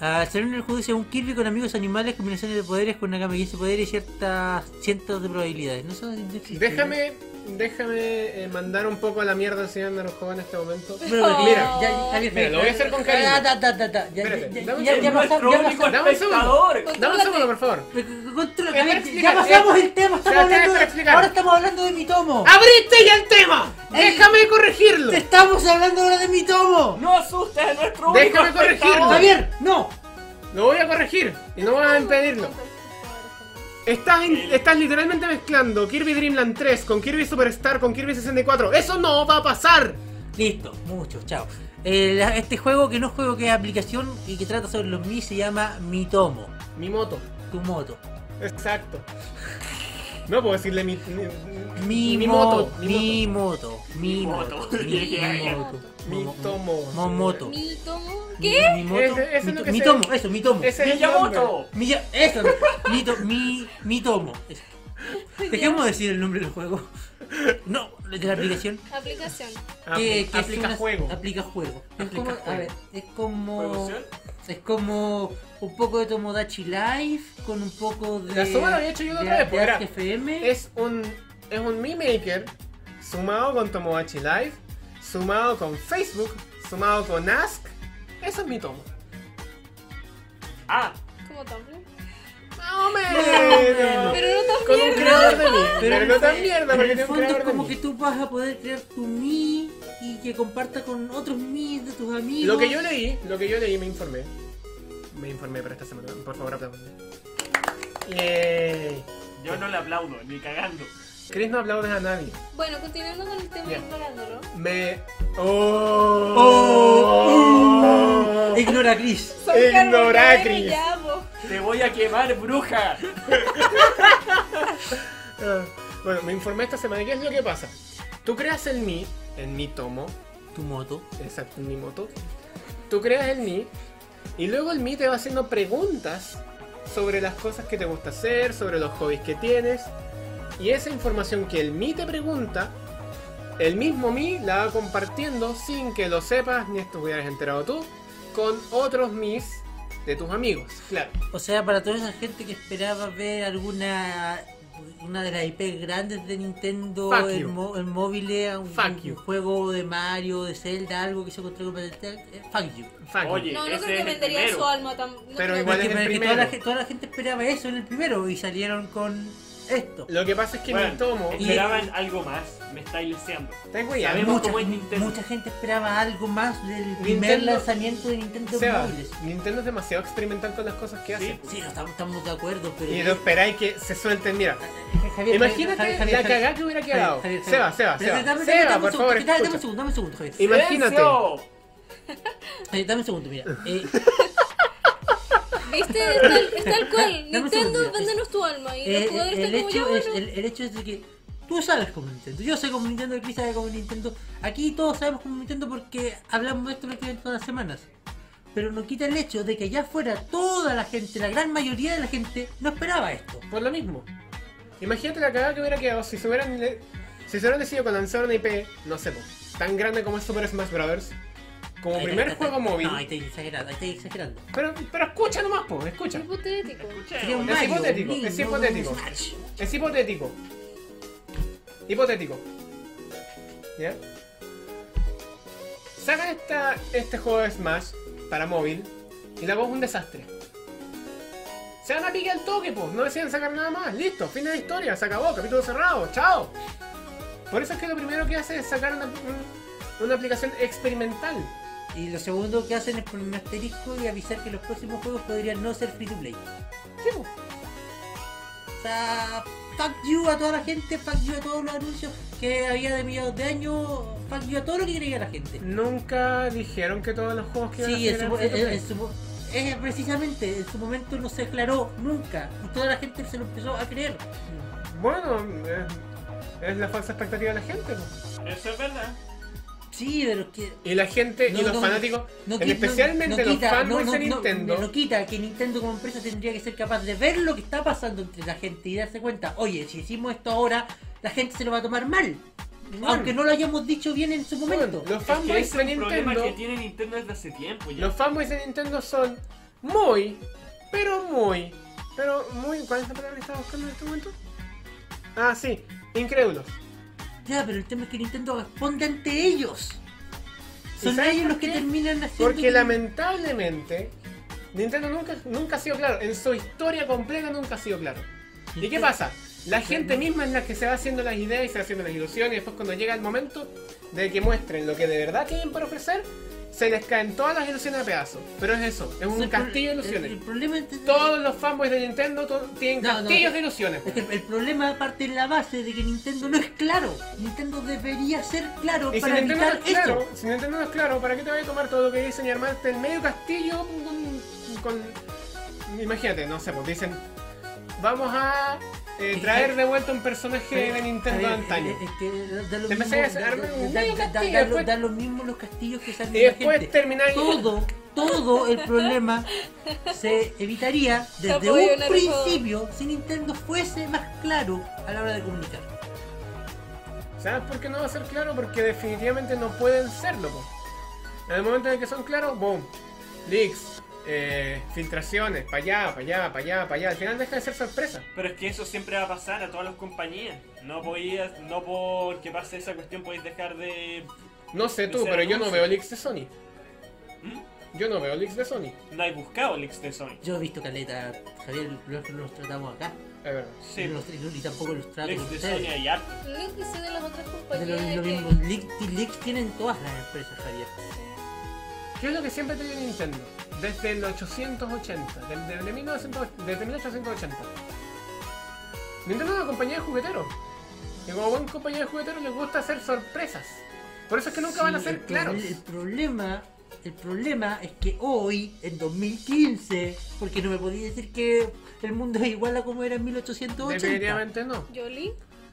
[SPEAKER 7] Ah, Salieron en el juego dice un Kirby con amigos animales, combinaciones de poderes con una gama de 15 poderes y ciertas cientos de probabilidades. No sé dónde existe.
[SPEAKER 5] Déjame, déjame eh, mandar un poco a la mierda al señor Naranjo en este momento.
[SPEAKER 7] Pero, pero,
[SPEAKER 5] Mira.
[SPEAKER 7] ya, ya, Javier,
[SPEAKER 5] Mira, lo voy a hacer con cariño.
[SPEAKER 7] Ah, ta, ta, ta, ta. Ya, ya,
[SPEAKER 5] Espérate,
[SPEAKER 7] ya,
[SPEAKER 5] dame un
[SPEAKER 7] ya,
[SPEAKER 5] segundo.
[SPEAKER 7] ya pasamos, ya
[SPEAKER 3] Nuestro único
[SPEAKER 7] pasamos.
[SPEAKER 5] Dame un segundo.
[SPEAKER 3] espectador.
[SPEAKER 5] Dame un segundo, por favor.
[SPEAKER 7] Pero, pero, controla,
[SPEAKER 5] Déjame
[SPEAKER 7] Javier,
[SPEAKER 5] explicar,
[SPEAKER 7] Ya pasamos el tema,
[SPEAKER 5] ya
[SPEAKER 7] estamos
[SPEAKER 5] te
[SPEAKER 7] hablando.
[SPEAKER 5] voy a
[SPEAKER 7] de-
[SPEAKER 5] explicar. Ah.
[SPEAKER 7] Ahora estamos hablando de mi tomo.
[SPEAKER 5] ¡Abriste ya el tema! ¡Déjame corregirlo!
[SPEAKER 7] Te estamos hablando ahora de mi tomo.
[SPEAKER 3] No asustes a nuestro único
[SPEAKER 5] Déjame corregirlo.
[SPEAKER 3] espectador.
[SPEAKER 7] Javier, no.
[SPEAKER 5] Lo voy a corregir y no voy a impedirlo. Estás, en- estás literalmente mezclando Kirby Dream Land 3 con Kirby Superstar con Kirby 64. ¡Eso no va a pasar!
[SPEAKER 7] Listo, mucho, chao. Eh, la- este juego que no es juego, que es aplicación y que trata sobre los Mi se llama Mi Tomo,
[SPEAKER 5] Mi moto.
[SPEAKER 7] tu moto.
[SPEAKER 5] Exacto. No puedo decirle mi. mi-
[SPEAKER 7] Mi, moto, mi moto, mi moto, mi
[SPEAKER 3] Mi
[SPEAKER 7] moto,
[SPEAKER 5] Mi tomo.
[SPEAKER 7] Mo- moto.
[SPEAKER 4] Mi tomo.
[SPEAKER 7] Mi-
[SPEAKER 4] ¿Qué?
[SPEAKER 7] Mi moto,
[SPEAKER 5] Ese- ese es
[SPEAKER 7] mi,
[SPEAKER 5] lo
[SPEAKER 7] to-
[SPEAKER 5] que
[SPEAKER 7] mi
[SPEAKER 5] se-
[SPEAKER 7] tomo, eso, mi tomo.
[SPEAKER 5] Ese es el
[SPEAKER 3] Miyamoto.
[SPEAKER 5] nombre.
[SPEAKER 7] Mi, ya- eso, mi, to- mi, mi tomo. eso. Dejemos decir el nombre del juego. No, de la aplicación.
[SPEAKER 4] Aplicación.
[SPEAKER 5] Apli-
[SPEAKER 7] Que- que es
[SPEAKER 5] Ah, Aplica
[SPEAKER 7] una-
[SPEAKER 5] juego.
[SPEAKER 7] Aplica juego. Es
[SPEAKER 5] Aplica
[SPEAKER 7] como, a
[SPEAKER 5] juego.
[SPEAKER 7] ver, es como,
[SPEAKER 3] ¿Producción?
[SPEAKER 7] es como un poco de Tomodachi Life con un poco de.
[SPEAKER 5] La suma la había hecho yo la otra vez, pues, era-
[SPEAKER 7] FM.
[SPEAKER 5] Es un. Es un Mi Maker sumado con Tomodachi Live, sumado con Facebook, sumado con Ask. Eso es mi tomo.
[SPEAKER 3] Ah,
[SPEAKER 4] Como Tumblr.
[SPEAKER 5] Más o
[SPEAKER 7] menos.
[SPEAKER 5] menos.
[SPEAKER 4] Pero no
[SPEAKER 5] Con un creador de mí. Pero,
[SPEAKER 7] en-
[SPEAKER 5] no tan mierda,
[SPEAKER 7] en
[SPEAKER 5] porque
[SPEAKER 7] el
[SPEAKER 5] tiene un
[SPEAKER 7] fondo es
[SPEAKER 5] creador de
[SPEAKER 7] como
[SPEAKER 5] mí.
[SPEAKER 7] que tú vas a poder crear tu mi y que compartas con otros mi de tus amigos.
[SPEAKER 5] Lo que yo leí, lo que yo leí, me informé. Me informé para esta semana. Por favor, aplaudan. Yay.
[SPEAKER 3] yo no le aplaudo, ni cagando.
[SPEAKER 5] Chris no aplaudes a nadie.
[SPEAKER 4] Bueno, continuando con el tema
[SPEAKER 5] Bien.
[SPEAKER 4] ignorándolo.
[SPEAKER 5] Me.
[SPEAKER 7] Oh,
[SPEAKER 5] ¡Oh!
[SPEAKER 7] uh, ignora Chris.
[SPEAKER 4] Soy Carmen
[SPEAKER 5] Ignoracris.
[SPEAKER 4] Cabrera y llamo.
[SPEAKER 3] Te voy a quemar, bruja.
[SPEAKER 5] Ah, Bueno, me informé esta semana. ¿Qué es lo que pasa? Tú creas el Mi, el Mi Tomo,
[SPEAKER 7] Tu moto.
[SPEAKER 5] exacto, Mi Moto. Tú creas el Mi y luego el Mi te va haciendo preguntas sobre las cosas que te gusta hacer, sobre los hobbies que tienes. Y esa información que el Mi te pregunta, el mismo Mi la va compartiendo sin que lo sepas ni estuvieras enterado tú, con otros Mis de tus amigos. Claro.
[SPEAKER 7] O sea, para toda esa gente que esperaba ver alguna una de las IP grandes de Nintendo
[SPEAKER 5] Fuck
[SPEAKER 7] en,
[SPEAKER 5] you.
[SPEAKER 7] mo- en móviles, un,
[SPEAKER 5] Fuck
[SPEAKER 7] un
[SPEAKER 5] you.
[SPEAKER 7] juego de Mario, de Zelda, algo que se encontró con el eh, Fuck you.
[SPEAKER 5] Fuck you.
[SPEAKER 3] Oye.
[SPEAKER 4] No, no
[SPEAKER 3] Ese
[SPEAKER 4] creo
[SPEAKER 3] es
[SPEAKER 4] que
[SPEAKER 3] el
[SPEAKER 4] vendería
[SPEAKER 3] primero.
[SPEAKER 4] su alma tan. no
[SPEAKER 5] Pero
[SPEAKER 4] creo
[SPEAKER 5] igual
[SPEAKER 4] que-
[SPEAKER 5] es- el
[SPEAKER 7] Porque- porque toda, la,
[SPEAKER 5] primero.
[SPEAKER 7] gen- toda la gente esperaba eso en el primero y salieron con esto.
[SPEAKER 5] Lo que pasa es que
[SPEAKER 3] Bueno,
[SPEAKER 5] mi tomo.
[SPEAKER 3] Esperaban algo más, me estáis leseando.
[SPEAKER 5] Estás weyando.
[SPEAKER 3] Sabemos cómo es Nintendo.
[SPEAKER 7] mucha gente esperaba algo más del primer
[SPEAKER 5] Nintendo-
[SPEAKER 7] lanzamiento de Nintendo
[SPEAKER 5] Seba,
[SPEAKER 7] móviles.
[SPEAKER 5] Nintendo es demasiado experimental con las cosas que hace.
[SPEAKER 7] Sí, no estamos, estamos de acuerdo, pero. eh,
[SPEAKER 5] Y no esperáis que se suelten, mira.
[SPEAKER 7] Javier, Javier,
[SPEAKER 5] Imagínate
[SPEAKER 7] Javier, Javier,
[SPEAKER 5] la
[SPEAKER 7] Javier,
[SPEAKER 5] cagada que hubiera
[SPEAKER 7] Javier,
[SPEAKER 5] quedado.
[SPEAKER 7] Javier,
[SPEAKER 5] Seba,
[SPEAKER 7] Javier.
[SPEAKER 5] Seba,
[SPEAKER 7] Pero
[SPEAKER 5] Seba.
[SPEAKER 7] dame- dame- dame
[SPEAKER 5] Seba,
[SPEAKER 7] un
[SPEAKER 5] por
[SPEAKER 7] segundo,
[SPEAKER 5] favor,
[SPEAKER 7] dame- Dame un
[SPEAKER 5] escucha.
[SPEAKER 7] segundo, dame un segundo, Javier.
[SPEAKER 5] Imagínate.
[SPEAKER 3] ¡Silencio!
[SPEAKER 7] Eh, Dame un segundo, mira. Eh,
[SPEAKER 4] ¿Viste? Está, el- está el cual.
[SPEAKER 7] Dame un segundo,
[SPEAKER 4] Nintendo,
[SPEAKER 7] mira.
[SPEAKER 4] véndenos tu alma. Y
[SPEAKER 7] Eh,
[SPEAKER 4] los jugadores
[SPEAKER 7] el,
[SPEAKER 4] están como
[SPEAKER 7] hecho
[SPEAKER 4] yo,
[SPEAKER 7] es,
[SPEAKER 4] bueno.
[SPEAKER 7] el, el hecho es de que tú sabes como Nintendo, yo sé como Nintendo, el Chris sabe como Nintendo. Aquí todos sabemos como Nintendo porque hablamos de esto prácticamente todas las semanas. Pero no quita el hecho de que allá afuera toda la gente, la gran mayoría de la gente, no esperaba esto.
[SPEAKER 5] Por lo mismo. Imagínate la cagada que hubiera quedado si se hubieran, le- si se hubieran decidido con lanzar una IP, no sé, po, tan grande como es Super Smash Bros. Como
[SPEAKER 7] Ahí
[SPEAKER 5] primer
[SPEAKER 7] está-
[SPEAKER 5] juego
[SPEAKER 7] está-
[SPEAKER 5] móvil.
[SPEAKER 7] No, ahí estoy exagerando, ahí estoy exagerando.
[SPEAKER 5] Pero, pero escucha nomás, po, escucha.
[SPEAKER 4] Es hipotético.
[SPEAKER 7] Sería un
[SPEAKER 5] es
[SPEAKER 7] Mario,
[SPEAKER 5] hipotético,
[SPEAKER 7] un
[SPEAKER 5] es
[SPEAKER 7] Link,
[SPEAKER 5] hipotético.
[SPEAKER 7] un Smash.
[SPEAKER 5] Es hipotético. Hipotético. ¿Ya? Sacan esta, este juego de Smash para móvil y la voz es un desastre. Se van a pique al toque, pues. No deciden sacar nada más. Listo, fin de la historia. Se acabó, capítulo cerrado. Chao. Por eso es que lo primero que hace es sacar una, un- una aplicación experimental.
[SPEAKER 7] Y lo segundo que hacen es poner un asterisco y avisar que los próximos juegos podrían no ser free to play.
[SPEAKER 5] Sí, po.
[SPEAKER 7] O sea, fuck you a toda la gente, fuck you a todos los anuncios que había de mediados de año, fuck you a todo lo que creía la gente.
[SPEAKER 5] Nunca dijeron que todos los juegos que iban
[SPEAKER 7] Mm. Sí,
[SPEAKER 5] a
[SPEAKER 7] en
[SPEAKER 5] hacer
[SPEAKER 7] su,
[SPEAKER 5] eran free to
[SPEAKER 7] en-
[SPEAKER 5] play.
[SPEAKER 7] en su mo- eh, precisamente en su momento no se aclaró nunca y toda la gente se lo empezó a creer.
[SPEAKER 5] Bueno, eh, es la falsa expectativa de la gente, po.
[SPEAKER 3] Eso es verdad.
[SPEAKER 7] Sí, pero es que
[SPEAKER 5] Y la gente, y
[SPEAKER 7] No,
[SPEAKER 5] los
[SPEAKER 7] no,
[SPEAKER 5] fanáticos,
[SPEAKER 7] no
[SPEAKER 5] en
[SPEAKER 7] qui- no-
[SPEAKER 5] especialmente
[SPEAKER 7] no
[SPEAKER 5] los
[SPEAKER 7] quita-
[SPEAKER 5] fanboys
[SPEAKER 7] no-
[SPEAKER 5] de
[SPEAKER 7] no- no-
[SPEAKER 5] Nintendo,
[SPEAKER 7] no quita que Nintendo como empresa tendría que ser capaz de ver lo que está pasando entre la gente y darse cuenta, oye, si hicimos esto ahora, la gente se lo va a tomar mal. Aunque no lo hayamos dicho bien en su momento.
[SPEAKER 5] los
[SPEAKER 3] Es que
[SPEAKER 5] fanboys
[SPEAKER 3] ese
[SPEAKER 5] de
[SPEAKER 3] es un problema
[SPEAKER 5] Nintendo,
[SPEAKER 3] que tiene Nintendo desde hace tiempo ya.
[SPEAKER 5] los fanboys de Nintendo son muy, pero muy, pero muy, ¿cuál es la palabra que estaba buscando en este momento? Ah, sí, incrédulos.
[SPEAKER 7] Ya, pero el tema es que Nintendo responde ante ellos.
[SPEAKER 5] ¿Y
[SPEAKER 7] Son
[SPEAKER 5] sabes
[SPEAKER 7] ellos
[SPEAKER 5] por
[SPEAKER 7] los que
[SPEAKER 5] qué?
[SPEAKER 7] terminan haciendo.
[SPEAKER 5] Porque
[SPEAKER 7] que-
[SPEAKER 5] lamentablemente, Nintendo nunca, nunca ha sido claro, en su historia completa nunca ha sido claro. ¿Y qué pasa? La gente misma es la que se va haciendo las ideas y se va haciendo las ilusiones. Y después, cuando llega el momento de que muestren lo que de verdad tienen para ofrecer, se les caen todas las ilusiones a pedazos. Pero es eso, es un
[SPEAKER 7] el pro-
[SPEAKER 5] castillo de
[SPEAKER 7] El, el
[SPEAKER 5] ilusiones.
[SPEAKER 7] problema es,
[SPEAKER 5] Todos los fanboys de Nintendo to- tienen
[SPEAKER 7] No, no,
[SPEAKER 5] castillos
[SPEAKER 7] es-
[SPEAKER 5] de ilusiones.
[SPEAKER 7] es que el problema parte de la base de que Nintendo no es claro. Nintendo debería ser claro
[SPEAKER 5] Y si
[SPEAKER 7] para
[SPEAKER 5] Nintendo, no
[SPEAKER 7] evitar
[SPEAKER 5] es claro,
[SPEAKER 7] esto.
[SPEAKER 5] si Nintendo no es claro, ¿para qué te voy a tomar todo lo que dicen y armarte el medio castillo con... con- imagínate, no sé, pues dicen... Vamos a eh, traer de vuelta un personaje de Nintendo de
[SPEAKER 7] Javier,
[SPEAKER 5] antaño.
[SPEAKER 7] Es que da lo
[SPEAKER 5] Te
[SPEAKER 7] mismo.
[SPEAKER 5] empecé a
[SPEAKER 7] da-
[SPEAKER 5] armar un
[SPEAKER 7] da-
[SPEAKER 5] medio
[SPEAKER 7] da-
[SPEAKER 5] castillo,
[SPEAKER 7] da-
[SPEAKER 5] después-
[SPEAKER 7] Da lo mismo los castillos que salen
[SPEAKER 5] Y
[SPEAKER 7] de la
[SPEAKER 5] después
[SPEAKER 7] gente.
[SPEAKER 5] termináis...
[SPEAKER 7] Todo, todo el problema se evitaría desde
[SPEAKER 4] Está apoyo en
[SPEAKER 7] un
[SPEAKER 4] el
[SPEAKER 7] principio si Nintendo fuese más claro a la hora de comunicar.
[SPEAKER 5] ¿Sabes por qué no va a ser claro? Porque definitivamente no pueden serlo. po. En el momento en el que son claros, boom. Leaks, eh, filtraciones, para allá, para allá, para allá, para allá. Al final deja de ser sorpresa.
[SPEAKER 3] Pero es que eso siempre va a pasar a todas las compañías. No podías, no porque pase esa cuestión podéis dejar de.
[SPEAKER 5] No sé tú,
[SPEAKER 3] Ese
[SPEAKER 5] pero yo no
[SPEAKER 3] anuncio.
[SPEAKER 5] veo leaks de Sony.
[SPEAKER 3] ¿Mm?
[SPEAKER 5] Yo no veo leaks de Sony.
[SPEAKER 3] No hay buscado el ex de Sony.
[SPEAKER 7] Yo he visto caleta, Javier, los que los tratamos acá.
[SPEAKER 5] Es verdad.
[SPEAKER 3] Sí,
[SPEAKER 7] y, no los- y no- y tampoco los trato
[SPEAKER 3] el
[SPEAKER 7] con
[SPEAKER 3] ex de Sony
[SPEAKER 7] ustedes.
[SPEAKER 3] hay harto.
[SPEAKER 4] Link dice de las otras
[SPEAKER 5] Pues
[SPEAKER 7] Es lo,
[SPEAKER 4] compañías.
[SPEAKER 7] lo
[SPEAKER 4] que-
[SPEAKER 7] mismo, leaks leaks tienen todas las empresas, Javier.
[SPEAKER 5] ¿Qué es lo que siempre tenía Nintendo? Desde el 880, desde, desde 1900 desde 1880. Nintendo es una compañía de jugueteros. Y como buen compañía de jugueteros les gusta hacer sorpresas. Por eso es que nunca van a
[SPEAKER 7] Sí, el
[SPEAKER 5] ser
[SPEAKER 7] proble-
[SPEAKER 5] claros.
[SPEAKER 7] El problema, el problema es que hoy, en 2015, porque no me podía decir que el mundo es igual a como era en 1880.
[SPEAKER 5] Definitivamente no.
[SPEAKER 4] Yo Link.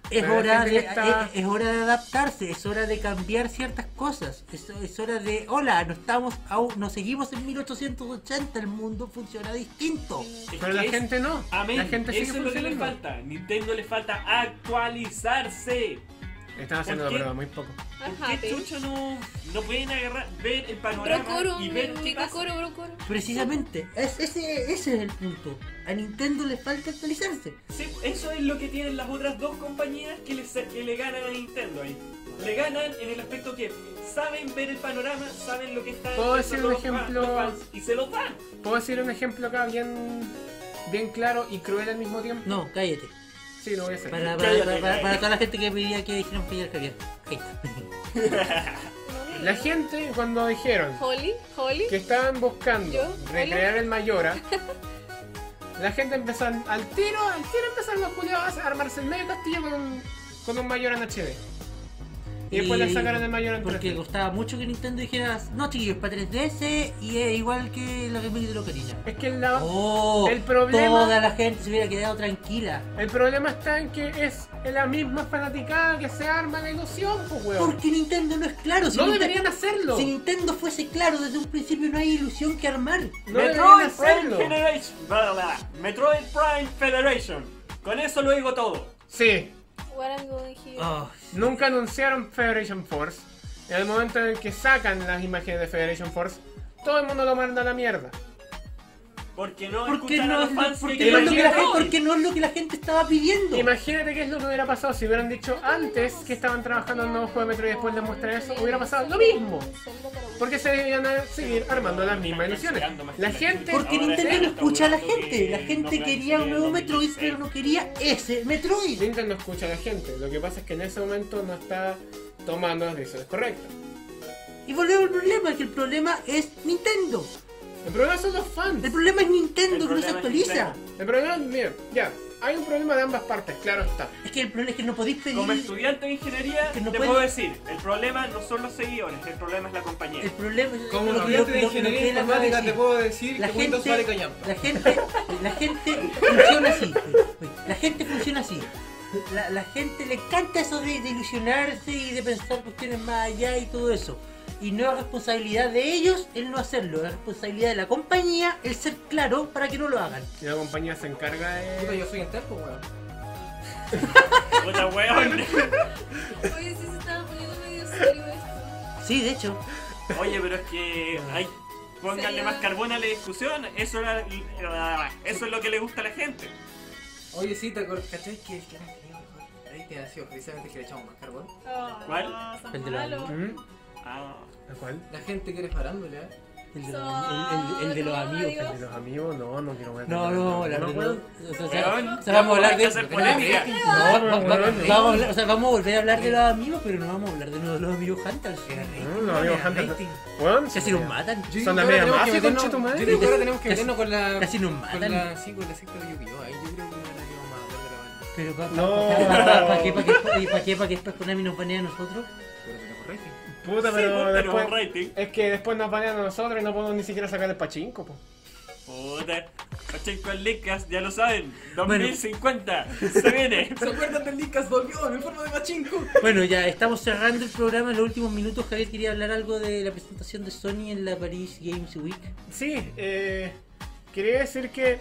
[SPEAKER 7] Es
[SPEAKER 5] Pero hay
[SPEAKER 7] hora,
[SPEAKER 5] gente
[SPEAKER 7] de,
[SPEAKER 5] que está-
[SPEAKER 7] es, es hora de adaptarse, es hora de cambiar ciertas cosas, es, es hora de, hola, no estamos, aún, no seguimos en 1880, el mundo funciona distinto.
[SPEAKER 3] Es
[SPEAKER 5] Pero la
[SPEAKER 3] que es-
[SPEAKER 5] gente no.
[SPEAKER 3] Amén.
[SPEAKER 5] La gente sigue
[SPEAKER 3] Eso es lo que le
[SPEAKER 5] funcionando.
[SPEAKER 3] falta. Nintendo le falta actualizarse.
[SPEAKER 5] Están haciendo la
[SPEAKER 3] ¿Por qué?
[SPEAKER 5] prueba muy poco.
[SPEAKER 4] Ajá,
[SPEAKER 3] ¿Por qué chucha no, no pueden agarrar, ver el panorama
[SPEAKER 4] Brocoro,
[SPEAKER 3] y ver qué
[SPEAKER 4] mi
[SPEAKER 3] pasa?
[SPEAKER 4] Brocoro, Brocoro.
[SPEAKER 7] Precisamente, es- ese, ese es el punto. A Nintendo le falta actualizarse.
[SPEAKER 3] Sí, eso es lo que tienen las otras dos compañías que le, que le ganan a Nintendo ahí. Le ganan en el aspecto que saben ver el panorama, saben lo que está
[SPEAKER 5] ¿Puedo
[SPEAKER 3] pensando
[SPEAKER 5] decir un
[SPEAKER 3] los fan-
[SPEAKER 5] ejemplo?
[SPEAKER 3] los fans, y se los dan.
[SPEAKER 5] Puedo decir un ejemplo acá bien, bien claro y cruel al mismo tiempo.
[SPEAKER 7] No, cállate.
[SPEAKER 5] Sí, lo voy a hacer.
[SPEAKER 2] Para, para,
[SPEAKER 3] Cállate,
[SPEAKER 2] para, para-
[SPEAKER 3] cállate.
[SPEAKER 2] para toda la gente que pedía que dijeron que yo era Javier. Ahí está.
[SPEAKER 4] No, no,
[SPEAKER 5] La
[SPEAKER 4] no.
[SPEAKER 5] gente cuando dijeron
[SPEAKER 4] Holly, Holly.
[SPEAKER 5] que estaban buscando
[SPEAKER 4] ¿Yo?
[SPEAKER 5] recrear el Mayora, la gente empezó al tiro, al tiro empezaron los culiados a armarse el medio castillo con un, con un Mayora en HD. Y después le sacaron el Mayora en
[SPEAKER 2] Porque
[SPEAKER 5] 3D.
[SPEAKER 2] costaba mucho que Nintendo dijera, no chiquillos, para 3DS y es igual que la remake de Locarina.
[SPEAKER 5] Es que la-
[SPEAKER 2] Oh,
[SPEAKER 5] el problema-
[SPEAKER 2] Toda la gente se hubiera quedado tranquila.
[SPEAKER 5] el problema está en que es la misma fanaticada que se arma la ilusión, pues weón.
[SPEAKER 2] Porque Nintendo no es claro. Si
[SPEAKER 5] No
[SPEAKER 2] Nintendo-
[SPEAKER 5] deberían hacerlo.
[SPEAKER 2] Si Nintendo fuese claro desde un principio, no hay ilusión que armar.
[SPEAKER 5] No deberían
[SPEAKER 3] Metroid Prime
[SPEAKER 5] hacerlo.
[SPEAKER 3] Federation. bla, bla, bla. Metroid Prime Federation. Con eso lo digo todo.
[SPEAKER 5] Sí,
[SPEAKER 4] What I'm doing here.
[SPEAKER 3] Ah.
[SPEAKER 2] Oh,
[SPEAKER 5] Nunca anunciaron Federation Force. En el momento en el que sacan las imágenes de Federation Force, todo el mundo lo manda a la mierda.
[SPEAKER 3] Porque no
[SPEAKER 2] ¿Por qué
[SPEAKER 3] escuchan a
[SPEAKER 2] no,
[SPEAKER 3] los fans
[SPEAKER 2] por
[SPEAKER 3] que
[SPEAKER 2] qué no es lo que la
[SPEAKER 3] quieren
[SPEAKER 2] gente,
[SPEAKER 3] Metroid?
[SPEAKER 2] porque no es lo que la gente estaba pidiendo?
[SPEAKER 5] Imagínate qué es lo que hubiera pasado si hubieran dicho antes que estaban trabajando en un nuevo juego de Metro y después les mostrar eso, hubiera pasado lo mismo. Porque se debían a- seguir armando las mismas ilusiones. La gente.
[SPEAKER 2] Porque
[SPEAKER 3] Ahora
[SPEAKER 2] Nintendo
[SPEAKER 3] sí,
[SPEAKER 2] no escucha a la
[SPEAKER 3] está bueno
[SPEAKER 2] gente. La
[SPEAKER 3] que
[SPEAKER 2] gente
[SPEAKER 3] no
[SPEAKER 2] quería un nuevo
[SPEAKER 3] planteen
[SPEAKER 2] Metroid, pero no quería ese Metroid.
[SPEAKER 5] Nintendo escucha a la gente. Lo que pasa es que en ese momento no está tomando las decisiones correctas.
[SPEAKER 2] Y volvemos al problema, que el problema es Nintendo.
[SPEAKER 5] El problema son los
[SPEAKER 2] El
[SPEAKER 5] fans.
[SPEAKER 2] problema es
[SPEAKER 3] El
[SPEAKER 2] Nintendo, que no se
[SPEAKER 3] problema es
[SPEAKER 2] actualiza.
[SPEAKER 3] Nintendo.
[SPEAKER 5] El problema, mira, ya. Hay un problema de ambas partes, claro está.
[SPEAKER 2] Es que el problema es que no podéis pedir...
[SPEAKER 3] Como estudiante de ingeniería,
[SPEAKER 2] Que no
[SPEAKER 3] te
[SPEAKER 2] pueden-
[SPEAKER 3] puedo decir, el problema no son los seguidores, el problema es la compañía.
[SPEAKER 2] El problema es...
[SPEAKER 6] Como
[SPEAKER 2] lo que-
[SPEAKER 6] estudiante de
[SPEAKER 2] lo- lo- lo
[SPEAKER 6] ingeniería
[SPEAKER 2] que él acaba de
[SPEAKER 6] informática te
[SPEAKER 2] decir.
[SPEAKER 6] puedo decir
[SPEAKER 2] la
[SPEAKER 6] que Windows vale
[SPEAKER 2] gente,
[SPEAKER 6] callampa.
[SPEAKER 2] la gente, la gente funciona así. Uy, uy, La gente funciona así. La, la gente le encanta eso de, de ilusionarse y de pensar cuestiones más allá y todo eso. Y no es responsabilidad de ellos el no hacerlo, es responsabilidad de la compañía el ser claro para que no lo hagan.
[SPEAKER 5] Y la compañía se encarga
[SPEAKER 6] Puta,
[SPEAKER 5] de.
[SPEAKER 6] yo soy enterco, weón.
[SPEAKER 3] Puta weón.
[SPEAKER 4] Oye, sí se estaba poniendo medio serio esto.
[SPEAKER 2] Sí, de hecho,
[SPEAKER 3] Oye, pero es que hay pónganle
[SPEAKER 4] Sería-
[SPEAKER 3] más carbón a la discusión, eso era- eso es lo que le gusta a la gente.
[SPEAKER 6] Oye, sí, te acuerdas, ¿cachai? Que el canal tenía un código ahí que ha sido precisamente que le echamos más carbón.
[SPEAKER 4] Ah,
[SPEAKER 3] ¿Cuál?
[SPEAKER 4] son
[SPEAKER 2] El de la-
[SPEAKER 4] malos.
[SPEAKER 5] ¿Mm?
[SPEAKER 3] Ah,
[SPEAKER 5] ¿La cual?
[SPEAKER 6] La gente quiere farándula, ¿eh?
[SPEAKER 2] el de los,
[SPEAKER 4] Ah,
[SPEAKER 2] am- el- el- el de los amigos.
[SPEAKER 5] ¿De los amigos? No, no quiero ver.
[SPEAKER 2] No, no, la
[SPEAKER 5] no,
[SPEAKER 2] de
[SPEAKER 5] weón.
[SPEAKER 2] los- o sea,
[SPEAKER 3] weón,
[SPEAKER 2] o sea, vamos a hablar
[SPEAKER 3] hay
[SPEAKER 2] de
[SPEAKER 3] que hacer polémica.
[SPEAKER 2] No, va- va-
[SPEAKER 5] Weón,
[SPEAKER 2] vamos, a hablar- o sea, vamos a volver a hablar de los amigos, pero no vamos a hablar de los, los amigos Hunters.
[SPEAKER 5] Mm, No, los amigos Hunter. Weón,
[SPEAKER 2] Casi nos matan.
[SPEAKER 6] Yo
[SPEAKER 5] Son
[SPEAKER 6] digo que
[SPEAKER 5] la media
[SPEAKER 6] ahora tenemos que
[SPEAKER 5] mafia,
[SPEAKER 6] meternos-
[SPEAKER 5] conchetumadre.
[SPEAKER 6] Yo digo que ahora tenemos que
[SPEAKER 2] Casi-
[SPEAKER 6] meternos con la.
[SPEAKER 2] casi nos matan.
[SPEAKER 6] Con la, sí, con la secta de Yu-Gi-Oh! Ahí yo creo que no la vamos a hablar de la banda.
[SPEAKER 2] Pero para
[SPEAKER 5] No.
[SPEAKER 2] qué, para qué, para qué, para qué después Konami nos banee a nosotros.
[SPEAKER 6] Pero tenemos rating.
[SPEAKER 5] Puta,
[SPEAKER 3] Sí,
[SPEAKER 5] pero
[SPEAKER 3] pero
[SPEAKER 5] después.
[SPEAKER 3] un rating.
[SPEAKER 5] Es que después nos banean a nosotros y no podemos ni siquiera sacar el pachinko, po.
[SPEAKER 3] Puta. Pachinko en Lickas, ya lo saben. 2050 se viene.
[SPEAKER 6] ¿Se acuerdan del Lickas volvió en forma de machinco?
[SPEAKER 2] Bueno, ya estamos cerrando el programa en los últimos minutos. Javier quería hablar algo de la presentación de Sony en la Paris Games Week.
[SPEAKER 5] Sí, eh. Quería decir que.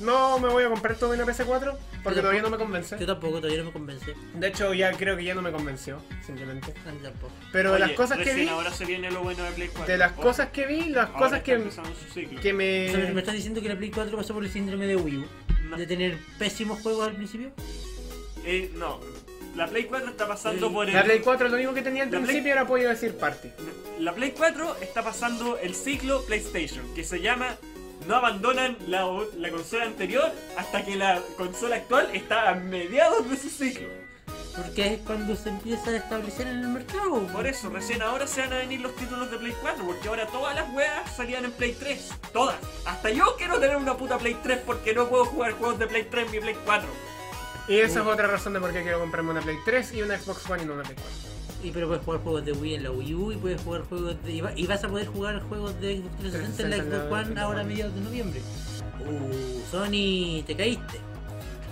[SPEAKER 5] No me voy a comprar todo una PS4 porque
[SPEAKER 2] Yo tampoco.
[SPEAKER 5] todavía no me
[SPEAKER 2] Yo
[SPEAKER 5] convence.
[SPEAKER 2] tampoco, todavía no me convence.
[SPEAKER 5] De hecho, ya creo que ya no me convenció, simplemente.
[SPEAKER 2] A mí tampoco.
[SPEAKER 5] Pero de las
[SPEAKER 3] Oye,
[SPEAKER 5] cosas que
[SPEAKER 3] recién
[SPEAKER 5] vi,
[SPEAKER 3] Ahora se viene lo bueno de Play 4.
[SPEAKER 5] de las
[SPEAKER 3] Ojo,
[SPEAKER 5] cosas que vi, las
[SPEAKER 3] ahora
[SPEAKER 5] cosas
[SPEAKER 3] está
[SPEAKER 5] que,
[SPEAKER 3] empezando su ciclo.
[SPEAKER 5] que
[SPEAKER 2] O sea, ¿Me
[SPEAKER 5] me.
[SPEAKER 2] estás diciendo que la Play 4 pasó por el síndrome de Wii U?
[SPEAKER 3] No.
[SPEAKER 2] ¿De tener pésimos juegos al principio?
[SPEAKER 3] Eh, no, la Play 4 está pasando
[SPEAKER 2] Sí.
[SPEAKER 3] por el.
[SPEAKER 5] La Play 4 lo único que tenía al
[SPEAKER 3] La Play-
[SPEAKER 5] principio era apoyo decir party.
[SPEAKER 3] La Play 4 está pasando el ciclo PlayStation, que se llama No abandonan la, o- la consola anterior hasta que la consola actual está a mediados de su ciclo.
[SPEAKER 2] Porque es cuando se empieza a establecer en el mercado.
[SPEAKER 3] Por eso, recién ahora se van a venir los títulos de Play 4, porque ahora todas las weas salían en Play 3. Todas. Hasta yo quiero tener una puta Play 3 porque no puedo jugar juegos de Play 3 en mi Play 4.
[SPEAKER 5] Y esa es otra razón de por qué quiero comprarme una Play 3 y una Xbox One y no una Play 4.
[SPEAKER 2] Y pero puedes jugar juegos de Wii en la Wii U y puedes jugar juegos de. Y, va- y vas a poder jugar juegos de Xbox 360 en la
[SPEAKER 5] 360
[SPEAKER 2] Xbox One
[SPEAKER 5] en la
[SPEAKER 2] ahora a
[SPEAKER 5] One.
[SPEAKER 2] mediados de noviembre. Uh, Sony, te caíste.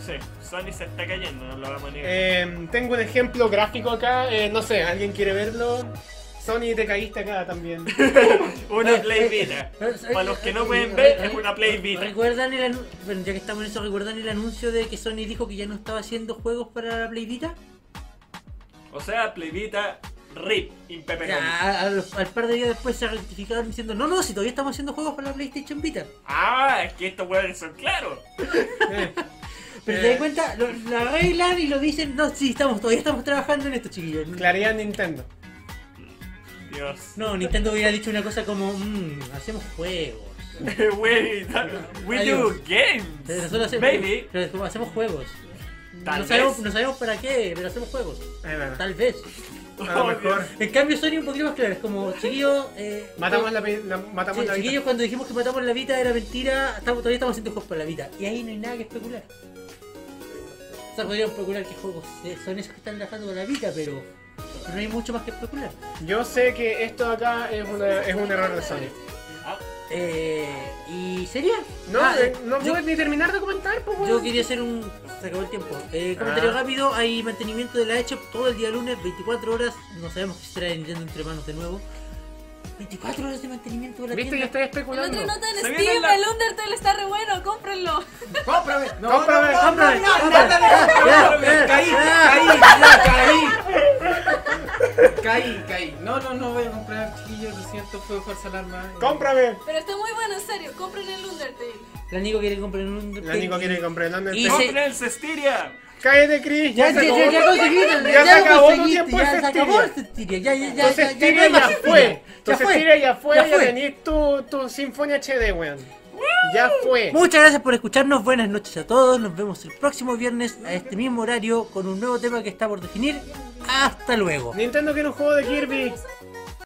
[SPEAKER 3] Sí, Sony se está cayendo, no lo vamos a negar.
[SPEAKER 5] Eh, tengo un ejemplo gráfico acá, eh, no sé, ¿alguien quiere verlo? Sony, te caíste acá también.
[SPEAKER 3] una
[SPEAKER 2] eh,
[SPEAKER 3] Play
[SPEAKER 2] eh,
[SPEAKER 3] Vita.
[SPEAKER 2] Pero,
[SPEAKER 3] Para los
[SPEAKER 2] eh,
[SPEAKER 3] que
[SPEAKER 2] eh,
[SPEAKER 3] no pueden
[SPEAKER 2] eh,
[SPEAKER 3] ver,
[SPEAKER 2] eh,
[SPEAKER 3] es una Play Vita.
[SPEAKER 2] ¿Recuerdan el anuncio? Bueno, ya que estamos en eso, ¿recuerdan el anuncio de que Sony dijo que ya no estaba haciendo juegos para la Play Vita? eh,
[SPEAKER 3] O sea, Play Vita, RIP,
[SPEAKER 2] O
[SPEAKER 3] impepecable.
[SPEAKER 2] sea, a- a los- al par de días después se rectificaron diciendo, no, no, si todavía estamos haciendo juegos para la PlayStation Vita.
[SPEAKER 3] Ah, es que estos hueones son claros.
[SPEAKER 5] Eh,
[SPEAKER 2] Pero te das
[SPEAKER 5] Eh.
[SPEAKER 2] cuenta, lo, lo arreglan y lo dicen, no, sí, estamos, todavía estamos trabajando en esto, chiquillos.
[SPEAKER 5] claridad Nintendo.
[SPEAKER 3] Dios.
[SPEAKER 2] No, Nintendo hubiera dicho una cosa como, mmm, hacemos juegos.
[SPEAKER 3] Wait, we do
[SPEAKER 2] Adiós.
[SPEAKER 3] games.
[SPEAKER 2] Nosotros hacemos,
[SPEAKER 3] Baby.
[SPEAKER 2] pero es como, hacemos juegos.
[SPEAKER 3] Tal
[SPEAKER 2] no, sabemos,
[SPEAKER 3] vez.
[SPEAKER 2] no sabemos para qué, pero hacemos juegos.
[SPEAKER 5] Es verdad.
[SPEAKER 2] Tal vez.
[SPEAKER 5] A lo
[SPEAKER 3] Oh,
[SPEAKER 5] mejor.
[SPEAKER 2] En cambio, Sony es un poquito más claro. Es como, chiquillos. Eh,
[SPEAKER 5] Matamos
[SPEAKER 2] eh,
[SPEAKER 5] la, pe- la- matamos
[SPEAKER 2] chi-
[SPEAKER 5] la vida.
[SPEAKER 2] chiquillos, cuando dijimos que matamos la vida era mentira. estamos- todavía estamos haciendo juegos para la vida. Y ahí no hay nada que especular. O sea, podrían especular qué juegos eh, son esos que están trabajando para la vida, pero. pero no hay mucho más que especular.
[SPEAKER 5] Yo sé que esto de acá es, una- es un error de Sony.
[SPEAKER 3] Ah,
[SPEAKER 2] Eh, y sería.
[SPEAKER 5] No,
[SPEAKER 2] Ah,
[SPEAKER 5] eh, no
[SPEAKER 2] yo-
[SPEAKER 5] puedes ni terminar de comentar, pues
[SPEAKER 2] Yo
[SPEAKER 5] weón.
[SPEAKER 2] quería hacer un. Se acabó el tiempo. Eh, comentario
[SPEAKER 5] Ah.
[SPEAKER 2] rápido: hay mantenimiento de la hecha todo el día lunes, 24 horas. No sabemos qué será de Nintendo entre manos de nuevo. 24 horas de mantenimiento de la
[SPEAKER 5] Viste, ya
[SPEAKER 2] tienda.
[SPEAKER 5] estoy
[SPEAKER 4] En
[SPEAKER 5] especulando.
[SPEAKER 4] otra nota en
[SPEAKER 3] Se viene
[SPEAKER 4] Steam,
[SPEAKER 3] la-
[SPEAKER 4] el Undertale está re bueno, cómprenlo.
[SPEAKER 6] ¡Cómprame! ¡No,
[SPEAKER 5] Cómprame,
[SPEAKER 6] no,
[SPEAKER 2] cómprame,
[SPEAKER 6] no, no, no,
[SPEAKER 2] cómprame.
[SPEAKER 6] no, no,
[SPEAKER 2] Ya,
[SPEAKER 6] no, no,
[SPEAKER 2] ya,
[SPEAKER 6] ¡Caí!
[SPEAKER 2] ya.
[SPEAKER 6] ¡Caí! ya, ¡Caí! ¡Caí! ¡Caí! No, no, no voy a comprar chiquillos, lo siento, fue falsa alarma.
[SPEAKER 5] ¡Cómprame!
[SPEAKER 4] Pero está muy bueno, en serio, compren el Undertale.
[SPEAKER 2] La Nico quiere comprar un.
[SPEAKER 5] La Nico quiere comprar el
[SPEAKER 2] Y se-
[SPEAKER 5] Undertale.
[SPEAKER 3] ¡Compren el Cestiria!
[SPEAKER 5] ¡Cállate, Chris!
[SPEAKER 2] Ya, ya, ya, ya conseguiste,
[SPEAKER 5] Ya se
[SPEAKER 2] lo
[SPEAKER 5] acabó tu
[SPEAKER 2] conseguiste,
[SPEAKER 5] tiempo de
[SPEAKER 2] ya se acabó este
[SPEAKER 5] Cestiria.
[SPEAKER 2] el Cestiria, ya, ya, ya,
[SPEAKER 5] Tu
[SPEAKER 2] ya, ya, no
[SPEAKER 5] Cestiria
[SPEAKER 2] hay
[SPEAKER 5] ya
[SPEAKER 2] más
[SPEAKER 5] fue.
[SPEAKER 2] Cestiria,
[SPEAKER 5] Tu
[SPEAKER 2] ya fue.
[SPEAKER 5] Cestiria ya fue.
[SPEAKER 2] ya
[SPEAKER 5] Ya
[SPEAKER 2] fue.
[SPEAKER 5] tenés tu, tu Sinfonía HD, weón. Ya fue.
[SPEAKER 2] Muchas gracias por escucharnos, buenas noches a todos, nos vemos el próximo viernes a este mismo horario con un nuevo tema que está por definir. Hasta luego.
[SPEAKER 5] Nintendo quiere un juego de Kirby.